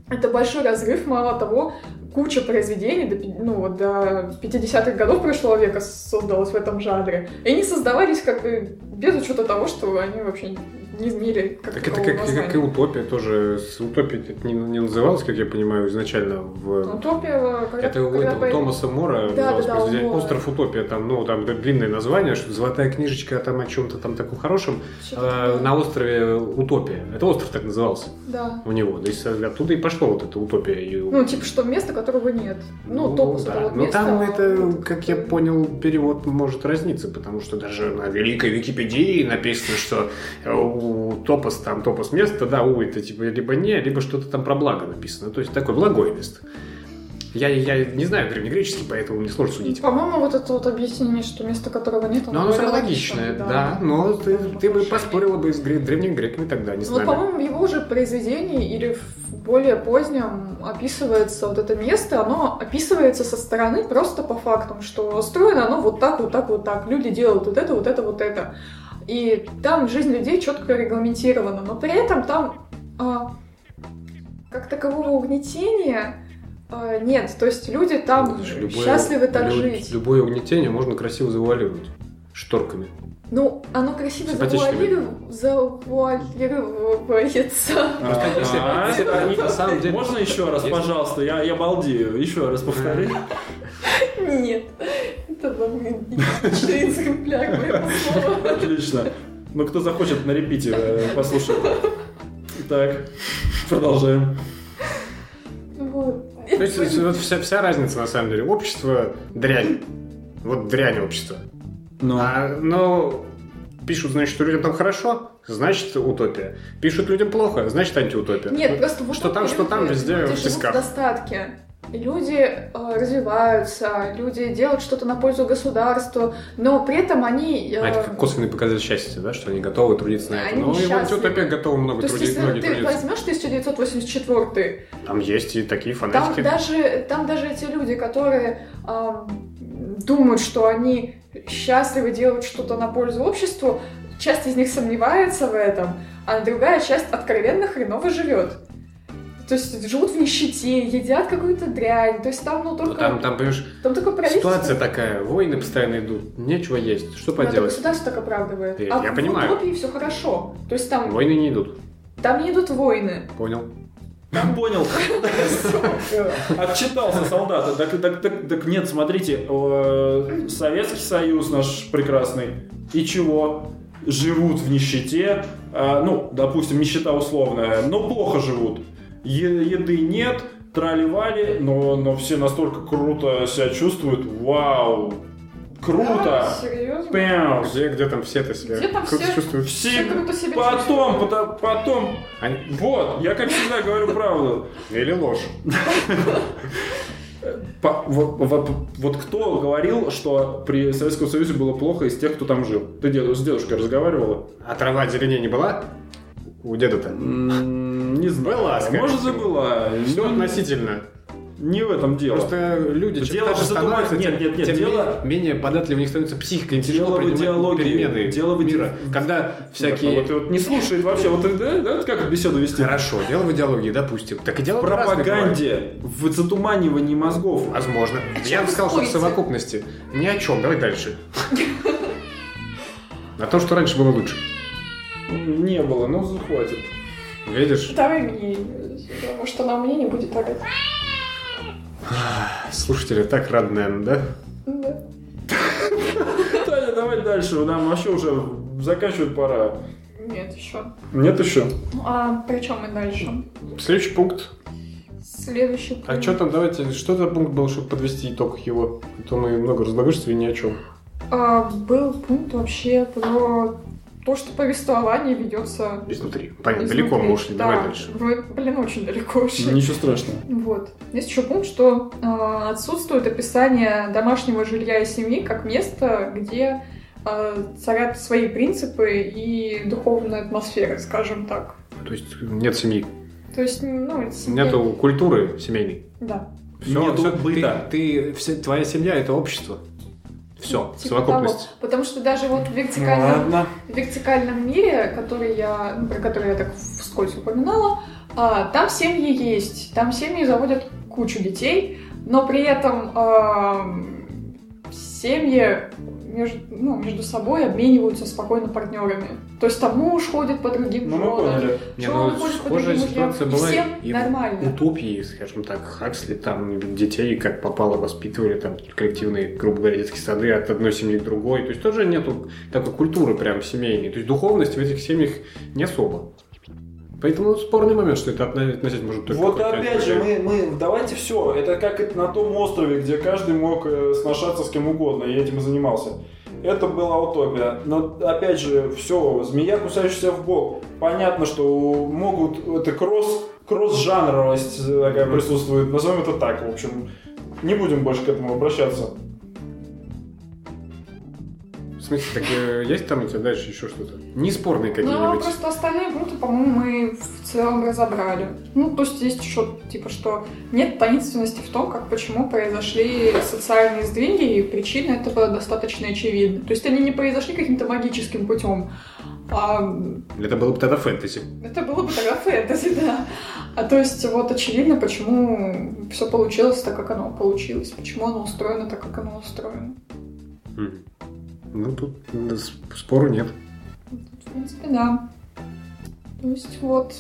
Это большой разрыв, мало того, куча произведений до, пи- ну, вот до 50-х годов прошлого века создалось в этом жанре. И они создавались как бы без учета того, что они вообще не имели как Так это такового как, как и названия. утопия тоже. С утопией это не, не называлось, как я понимаю, изначально в... Утопия, когда, Это у Ну, когда этого появ- Томаса Мора Да, называлось да, да, у произведение Мора. «Остров Утопия», там, ну, там да, длинное название, что золотая книжечка там о чем-то там таком хорошем, Что-то э, такое. на острове Утопия. Это остров так назывался Да. у него. То есть э, оттуда и пошло вот эта утопия. и- Ну, типа, что место, которого нет. Ну, топос да. это вот Но место. там а это, вот- как я понял, перевод может разниться, потому что даже на великой Википедии написано, что э, у топос там топос место, да, у это типа либо не, либо что-то там про благо написано. То есть такое благое место. Я, я не знаю древнегреческий, поэтому мне сложно судить. По-моему, вот это вот объяснение, что место, которого нет, Но оно самое более логичное, логично, да. Но ты, ты бы поспорила бы с гре- древними греками тогда, не с Вот, нами. Ну, по-моему, в его уже произведении или в более позднем описывается вот это место, оно описывается со стороны просто по фактам, что устроено оно вот так, вот так, вот так. Люди делают вот это, вот это, вот это. И там жизнь людей четко регламентирована, но при этом там а, как такового угнетения а, нет. То есть люди там Это же любое- счастливы так лю- жить. Любое угнетение можно красиво завуалировать шторками. Ну, оно красиво Симпатичными. завуалиров- завуалировывается. Ну, Просто если- А, если да, они на самом деле- Можно еще раз, Если- пожалуйста? Я, я балдею. Еще раз повтори. Нет, это был идентичный экземпляр моего слова. Отлично. Ну, кто захочет, на репите э, послушает. Так, продолжаем. Вот. То есть э, вот вся, вся разница на самом деле. Общество дрянь. Вот дрянь общество. Ну, А, но пишут, значит, что людям там хорошо, значит утопия. Пишут людям плохо, значит антиутопия. Нет, просто вот что так там, что там, люди, везде люди в живут тисках. в достатке. Люди э, развиваются, люди делают что-то на пользу государству, но при этом они... э, А это как косвенный показатель счастья, да, что они готовы трудиться на это. Они Ну, и в счастливы. антиутопия готовы много то есть, трудиться, если многие ты трудятся. возьмешь 1984, Там есть и такие там фанатики. даже, там даже эти люди, которые э, думают, что они счастливы делают что-то на пользу обществу, часть из них сомневается в этом, а другая часть откровенно хреново живет. То есть живут в нищете, едят какую-то дрянь. То есть там, ну, Но только... там, там, понимаешь, там только правительство. ситуация такая, войны постоянно идут, нечего есть, что Но это поделать. государство так оправдывает. Я- а я в понимаю. утопии все хорошо. То есть там, Войны не идут, там не идут войны. понял? Понял. Отчитался солдата. Так, так, так, так нет, смотрите, э, Советский Союз наш прекрасный. И чего? Живут в нищете. а, ну, допустим, нищета условная. Но плохо живут. Е- еды нет, трали-вали, но, но все настолько круто себя чувствуют. Вау! Круто! Серьезно? Пяу! Где, где там все-то себя Где там круто все? чувствуют? Все круто себя потом, чувствуют. потом, потом, Они- вот, я как всегда говорю правду. Или ложь. По- во- во- вот, кто говорил, что при Советском Союзе было плохо из тех, кто там жил? Ты дед- с дедушкой разговаривала? А трава зеленее не была? У деда-то? М, Не знаю. Была, скорее Может, всего. забыла. Все Ну, относительно. Не в этом дело. Просто люди чем Дело старше же за тобой. становятся, Нет, нет, нет, тем дело- менее, менее податливее у них становится психика, им Дело тяжело в принимать идеологии. перемены Дело в иде- мира. Когда Да, а всякие... Вот, вот не слушает вообще. Вот да, да, как беседу вести? Хорошо, дело в идеологии, допустим. Так В идеология разная пропаганде, в затуманивании мозгов. бывает. Возможно. Я чем бы вы сказал, что в спорите? совокупности. Ни о чем, давай дальше. О том, что раньше было лучше. Не было, ну хватит. Видишь? Давай мне, её сюда, может она мне не будет орать. Слушатели так рады, наверное, да? Да. Таня, давай дальше, нам вообще уже заканчивать пора. Нет, еще. Нет еще? Ну а при чем мы дальше? Следующий пункт. Следующий А пункт. что там, давайте, что за пункт был, чтобы подвести итог его? А то мы много разговоримся и ни о чем. А, был пункт вообще про то, что повествование ведется Изнутри. Понятно, далеко мы ушли, давай дальше. блин, очень далеко ушли. Ничего страшного. Вот. Есть еще пункт, что э, отсутствует описание домашнего жилья и семьи как место, где э, царят свои принципы и духовная атмосфера, скажем так. То есть нет семьи, То есть, ну, это семья- нету культуры семейной. Да. Всё, Нету всё, быта. Ты, ты- все- твоя семья это общество. Все, Типа совокупность. того. Потому что даже вот в вертикальном Ладно. в вертикальном мире, который я, ну, про который я так вскользь упоминала, а, там семьи есть, там семьи заводят кучу детей, но при этом ам, семьи между, ну, между собой обмениваются спокойно партнерами. То есть там муж ходит по другим Ну, мы женам, поняли. Не, Что ну, он хочет, схожая потому что ситуация я- была всем и в нормально. утопии, скажем так, Хаксли, там детей как попало воспитывали, там коллективные, грубо говоря, детские сады от одной семьи к другой. То есть тоже нету такой культуры прям семейной. То есть духовность в этих семьях не особо. Поэтому спорный момент, что это отно- относить может только... Вот к опять же, мы, мы давайте все. Это как это на том острове, где каждый мог э, сношаться с кем угодно, и этим и занимался. Это была утопия. Но опять же, все, змея, кусающаяся в бок. Понятно, что у- могут это кросс, кросс-жанровость э, такая Мгм. присутствует. Назовем это так, в общем. Не будем больше к этому обращаться. В смысле, так э, есть там у тебя дальше еще что-то? Не спорные Ну, а какие-нибудь? просто остальные группы, по-моему, мы в целом разобрали. Ну, то есть есть еще, типа, что нет таинственности в том, как почему произошли социальные сдвиги, и причины этого достаточно очевидны. То есть они не произошли каким-то магическим путем, а Это было бы тогда фэнтези. это было бы тогда фэнтези, да. А то есть вот очевидно, почему все получилось так, как оно получилось, почему оно устроено так, как оно устроено. Мгм. Ну, тут э, с- спору нет. В принципе, да. То есть вот,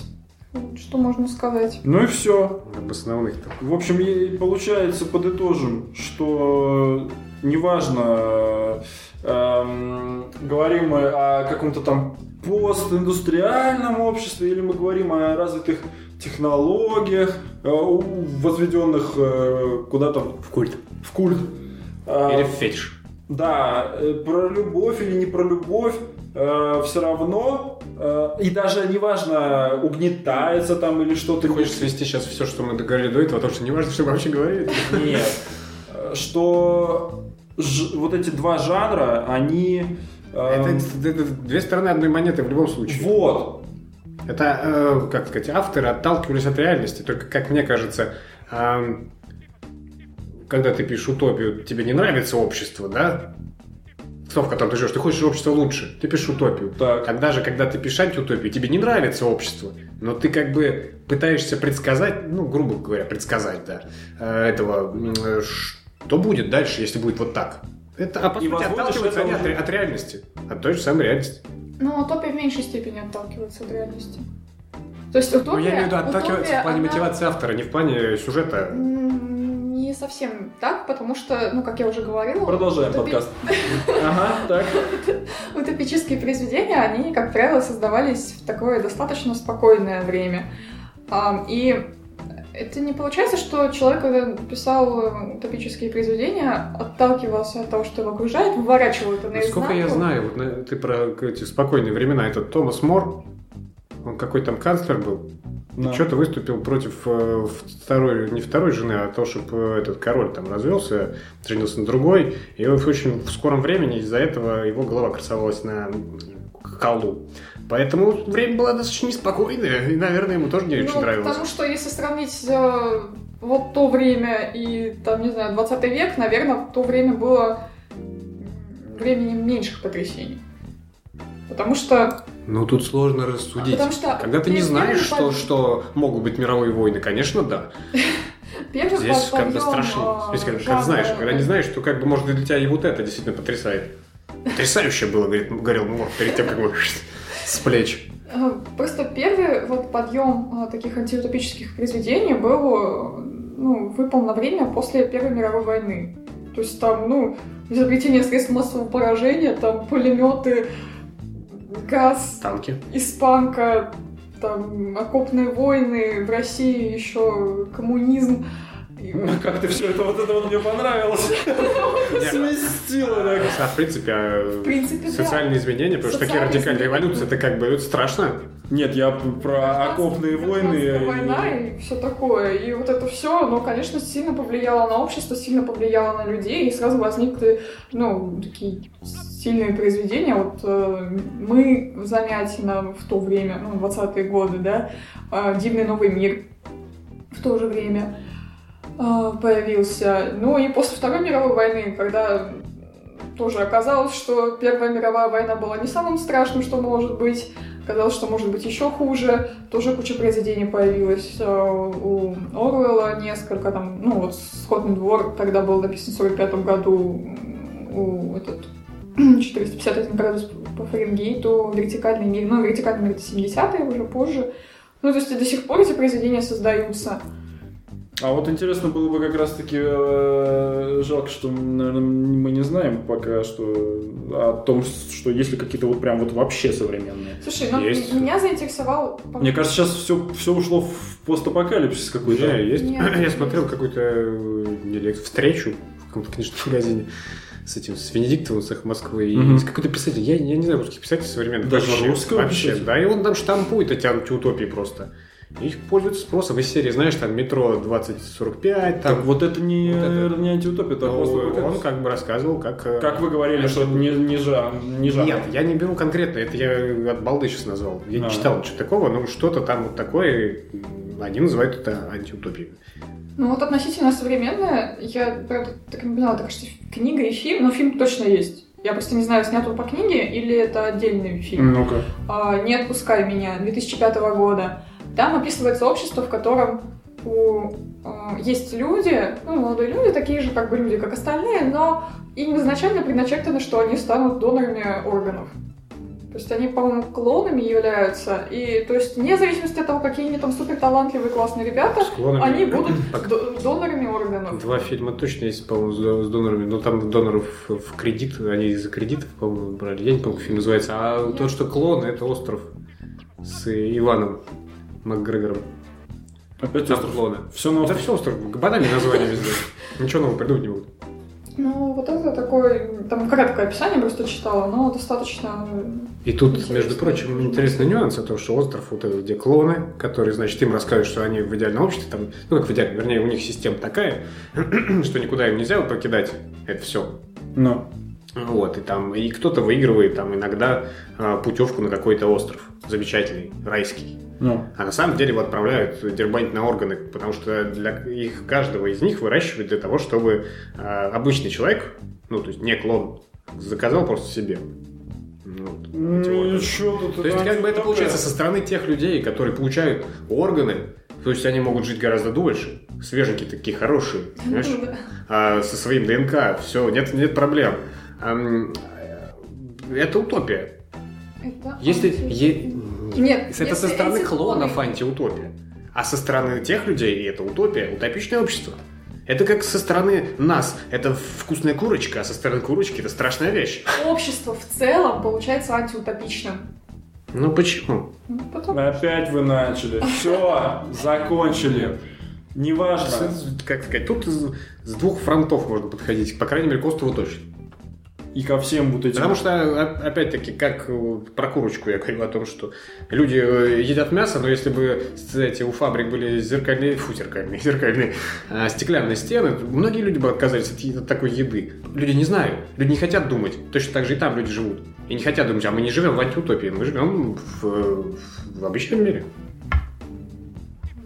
вот что можно сказать. Ну и все. Об основных там. В общем, и получается, подытожим, что неважно, эм, говорим мы о каком-то там постиндустриальном обществе или мы говорим о развитых технологиях, э, у- возведенных э, куда-то в культ. В культ. Э, Или фетиш. да, э, про любовь или не про любовь, все равно, э, и даже неважно, угнетается там или что-то. Ты хочешь свести сейчас все, что мы договорили до этого, потому что не важно, что мы вообще говорили. Нет. Э, Что ж- вот эти два жанра, они... Это, эм, это две стороны одной монеты в любом случае. вот. Это, э, как сказать, авторы отталкивались от реальности. Только, как мне кажется, эм, когда ты пишешь утопию, тебе не нравится общество, да? То, в котором ты живешь, ты хочешь общество лучше, ты пишешь утопию. Так. Тогда же, когда ты пишешь антиутопию, тебе не нравится общество, но ты как бы пытаешься предсказать, ну, грубо говоря, предсказать, да, э, этого, м, э, что будет дальше, если будет вот так. Это, а по И сути, возводишь отталкиваются это они от, уже- ре- от реальности, от той же самой реальности. Ну, а Но утопия в меньшей степени отталкивается от реальности. То есть утопия... Ну, я имею в виду отталкиваться утопия, в плане она, мотивации автора, не в плане сюжета. м, Не совсем так, потому что, ну, как я уже говорила, Продолжаем утопи- подкаст. Ага, так. утопические произведения, они, как правило, создавались в такое достаточно спокойное время. Ам, И это не получается, что человек, когда писал э, утопические произведения, отталкивался от того, что его окружает, выворачивал это наизнанку. Сколько я знаю, вот на- ты про эти спокойные времена, этот Томас Мор, он какой там канцлер был, Да. что-то выступил против э, второй, не второй жены, а того, чтобы этот король там развелся, женился на другой, и в очень в скором времени из-за этого его голова красовалась на м, колу. Поэтому время было достаточно неспокойное, и, наверное, ему тоже не Ну, очень нравилось. Потому что если сравнить э, вот то время и, там, не знаю, 20 век, наверное, в то время было м, временем меньших потрясений. Потому что... Ну, тут сложно рассудить. А Потому что Когда ты не пер- знаешь, что, первый подъем- что могут быть мировые войны, конечно, да. первый Здесь подъем, как бы страшнее. э, В смысле, когда, когда знаешь, жанра- когда не знаешь, то как бы, может, для тебя и вот это действительно потрясает. Потрясающе было, говорит, говорил Мор, перед тем, как бы с плеч. Э, Просто первый вот подъем э, таких антиутопических произведений был э, ну, выпал на время после Первой мировой войны. То есть там, ну, изобретение средств массового поражения, там пулеметы, газ, Танки. испанка, там, окопные войны, в России еще коммунизм. И- Ну, Как-то все это вот это вот мне понравилось. Сместило так. А, в принципе, В э, принципе, да. социальные изменения, потому что такие Социальные радикальные изменения. революции, это как бы это страшно. Нет, я про окопные войны. Гражданская и- война и все такое. И вот это все, оно, конечно, сильно повлияло на общество, сильно повлияло на людей, и сразу возникли, ну, такие сильные произведения. Вот э, мы Замятина в то время, ну, 20-е годы, да, э, «Дивный новый мир» в то же время э, появился. Ну и после Второй мировой войны, когда тоже оказалось, что Первая мировая война была не самым страшным, что может быть. Оказалось, что может быть еще хуже. Тоже куча произведений появилось э, у Оруэлла несколько. Там, ну вот «Сходный двор» тогда был написан в 1945 году м, у этот 451 градус по Фаренгейту, вертикальный мир, ну, вертикальный мир это 70-е, уже позже. Ну, то есть и до сих пор эти произведения создаются. А вот интересно было бы как раз-таки, э, жалко, что, наверное, мы не знаем пока что о том, что есть ли какие-то вот прям вот вообще современные. Слушай, ну, Есть. меня заинтересовал... Мне кажется, сейчас все, все ушло в постапокалипсис какой-то. Я, есть. Нет. я смотрел какую-то э, не лекцию, встречу в каком-то книжном магазине с этим, с Венедиктовым, с «Эхо Москвы, и Мгм. с какой-то писатель, я, я не знаю русских писателей современных. Даже вообще, русского Вообще, писателя? да, и он там штампует эти антиутопии просто. И их пользуются спросом из серии, знаешь, там «Метро Так 2045», там... вот это не, Вот это. не антиутопия, это Ну, он постапокалипсис. как бы рассказывал, как... э, Как вы говорили, что это не, не, жа- не жанр. Нет, я не беру конкретно, это я от балды сейчас назвал. Я А. не читал ничего такого, но что-то там вот такое, м, они называют это антиутопией. Ну, вот относительно современное, я, правда, так и не поняла, это, кажется, книга и фильм, но фильм точно есть. Я просто не знаю, снят он по книге или это отдельный фильм. Ну-ка. а, «Не отпускай меня» 2005 года. Там описывается общество, в котором у, а, есть люди, ну, молодые люди, такие же как бы люди, как остальные, но им изначально предначертано, что они станут донорами органов. То есть они, по-моему, клонами являются. И то есть, вне зависимости от того, какие они там супер талантливые классные ребята, С клонами. они будут Пока- до- донорами органов. Два фильма точно есть, по-моему, с до- с донорами. Но там доноров в кредит, они из-за кредитов, по-моему, брали. Я не помню, как фильм называется. А тот, что клон, это остров с Иваном Макгрегором. Опять Там остров. клоны. Все на Это остров. все остров. Банальные названия везде. Ничего нового придумать не будут. Ну, вот это такое, там краткое описание просто читала, но достаточно... И тут, между прочим, интересный нюанс, это что остров, вот этот, где клоны, которые, значит, им рассказывают, что они в идеальном обществе, там, ну, как в идеальном, вернее, у них система такая, что никуда им нельзя покидать это все. Ну. Вот, и там, и кто-то выигрывает там иногда а, путевку на какой-то остров. Замечательный, райский. Ну. А на самом деле его отправляют дербанить на органы, потому что для их каждого из них выращивают для того, чтобы а, обычный человек, ну, то есть не клон, заказал просто себе. Ну, вот эти органы. Ну, чё тут? То есть, как бы это получается со стороны тех людей, которые получают органы, то есть они могут жить гораздо дольше, свеженькие такие хорошие, Ну, понимаешь? а, со своим ДНК, все, нет, нет проблем. Ам, э, Это утопия. Это Если... антиутопия. е- феминизм. Нет, Это если со стороны эти клонов корни- антиутопия. А со стороны тех людей это утопия, утопичное общество. Это как со стороны нас, это вкусная курочка, а со стороны курочки это страшная вещь. Общество в целом получается антиутопичным. Ну почему? Ну, потом- Опять вы начали. Все, закончили. Неважно. Как сказать, тут с с двух фронтов можно подходить, по крайней мере, к острову точно. И ко всем вот этим. Потому что, а, опять-таки, как э, про курочку я говорю о том, что люди э, едят мясо, но если бы, знаете, у фабрик были зеркальные, фу, зеркальные, зеркальные, а, стеклянные стены, то многие люди бы отказались от, е- от такой еды. Люди не знают, люди не хотят думать. Точно так же и там люди живут. И не хотят думать, а мы не живем в антиутопии, мы живем в, э, в обычном мире.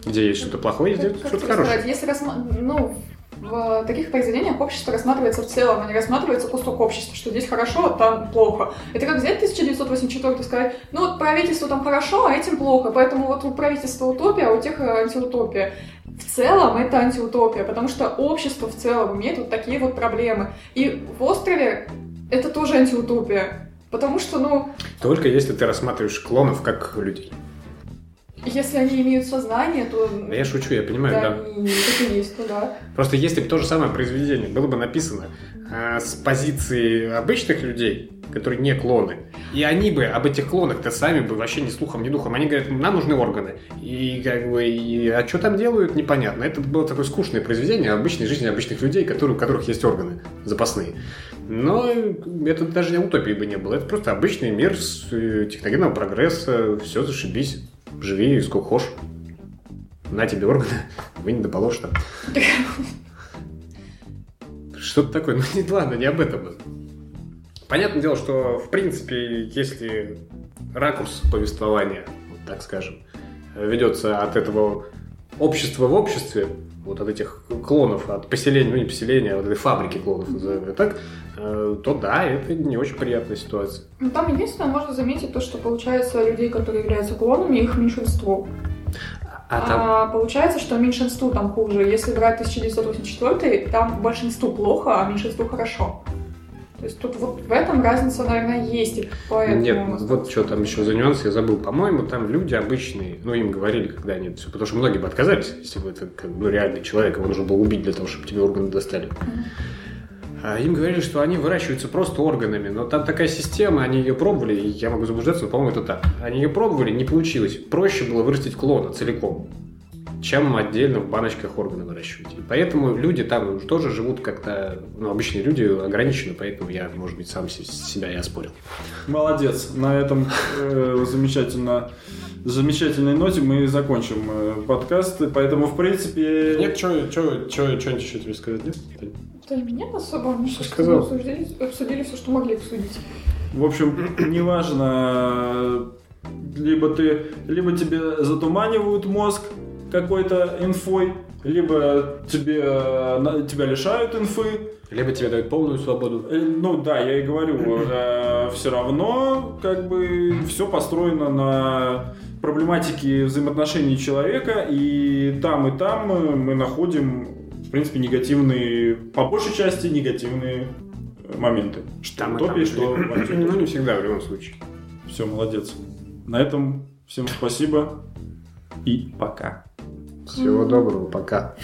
Где есть что-то плохое, Ну, Как- где как что-то тебе хорошее. сказать, если рассма- ну, в таких произведениях общество рассматривается в целом, а не рассматривается кусок общества, что здесь хорошо, а там плохо. Это как взять 1984 и сказать, ну вот правительству там хорошо, а этим плохо, поэтому вот у правительства утопия, а у тех э, антиутопия. В целом это антиутопия, потому что общество в целом имеет вот такие вот проблемы. И в острове это тоже антиутопия. Потому что, ну, Только если ты рассматриваешь клонов как людей. если они имеют сознание, то... ну, Да я шучу, я понимаю, да, Ну, да. они так и есть, ну да. Просто если бы то же самое произведение было бы написано а, с позиции обычных людей, которые не клоны, и они бы об этих клонах-то сами бы вообще ни слухом, ни духом. Они говорят, нам нужны органы. И как бы, и, а что там делают, непонятно. Это было такое скучное произведение обычной жизни обычных людей, которые, у которых есть органы запасные. Но это даже не утопии бы не было. Это просто обычный мир с э, техногенного прогресса. Все, зашибись. Живи сколько хочешь. На тебе органы. Вы не доположь там. Что-то такое. Ну, не, ладно, не об этом. Понятное дело, что, в принципе, если ракурс повествования, вот так скажем, ведется от этого общества в обществе, вот от этих клонов, от поселения, ну не поселения, а вот этой фабрики клонов, назовем ее так, э, то да, это не очень приятная ситуация. Ну, Там единственное, можно заметить то, что получается людей, которые являются клонами, их меньшинство. А там... А получается, что меньшинству там хуже. Если брать 1984, там большинству плохо, а меньшинству хорошо. То есть тут вот в этом разница, наверное, есть. И поэтому... Нет, ну, вот что там еще за нюанс, я забыл. По-моему, там люди обычные, ну, им говорили, когда они это все, потому что многие бы отказались, если бы это как бы ну, реальный человек, его нужно было убить для того, чтобы тебе органы достали. А Им говорили, что они выращиваются просто органами, но там такая система, они ее пробовали, и я могу заблуждаться, но, по-моему, это так. Они ее пробовали, не получилось. Проще было вырастить клона целиком, чем отдельно в баночках органы выращивать. И поэтому люди там уж тоже живут как-то, ну, обычные люди ограничены, поэтому я, может быть, сам се- себя и оспорил. Молодец. На этом э, замечательно, замечательной ноте мы закончим э, подкаст. И Поэтому, в принципе... Нет, что что-нибудь еще тебе сказать, нет? Да и меня особо, ну, что сказал? обсудили, обсудили все, что могли обсудить. В общем, неважно, э, либо ты, либо тебе затуманивают мозг какой-то инфой, либо тебе, э, на- тебя лишают инфы. Либо тебе дают полную свободу. Э, Ну да, я и говорю, все равно как бы все построено на проблематике взаимоотношений человека, и там, и там э, мы находим, в принципе, негативные, по большей части, негативные э, моменты. Что Там в и там. утопии, что в антиутопии. Ну, не всегда, в любом случае. Все, молодец. На этом всем спасибо и пока. Всего доброго, пока.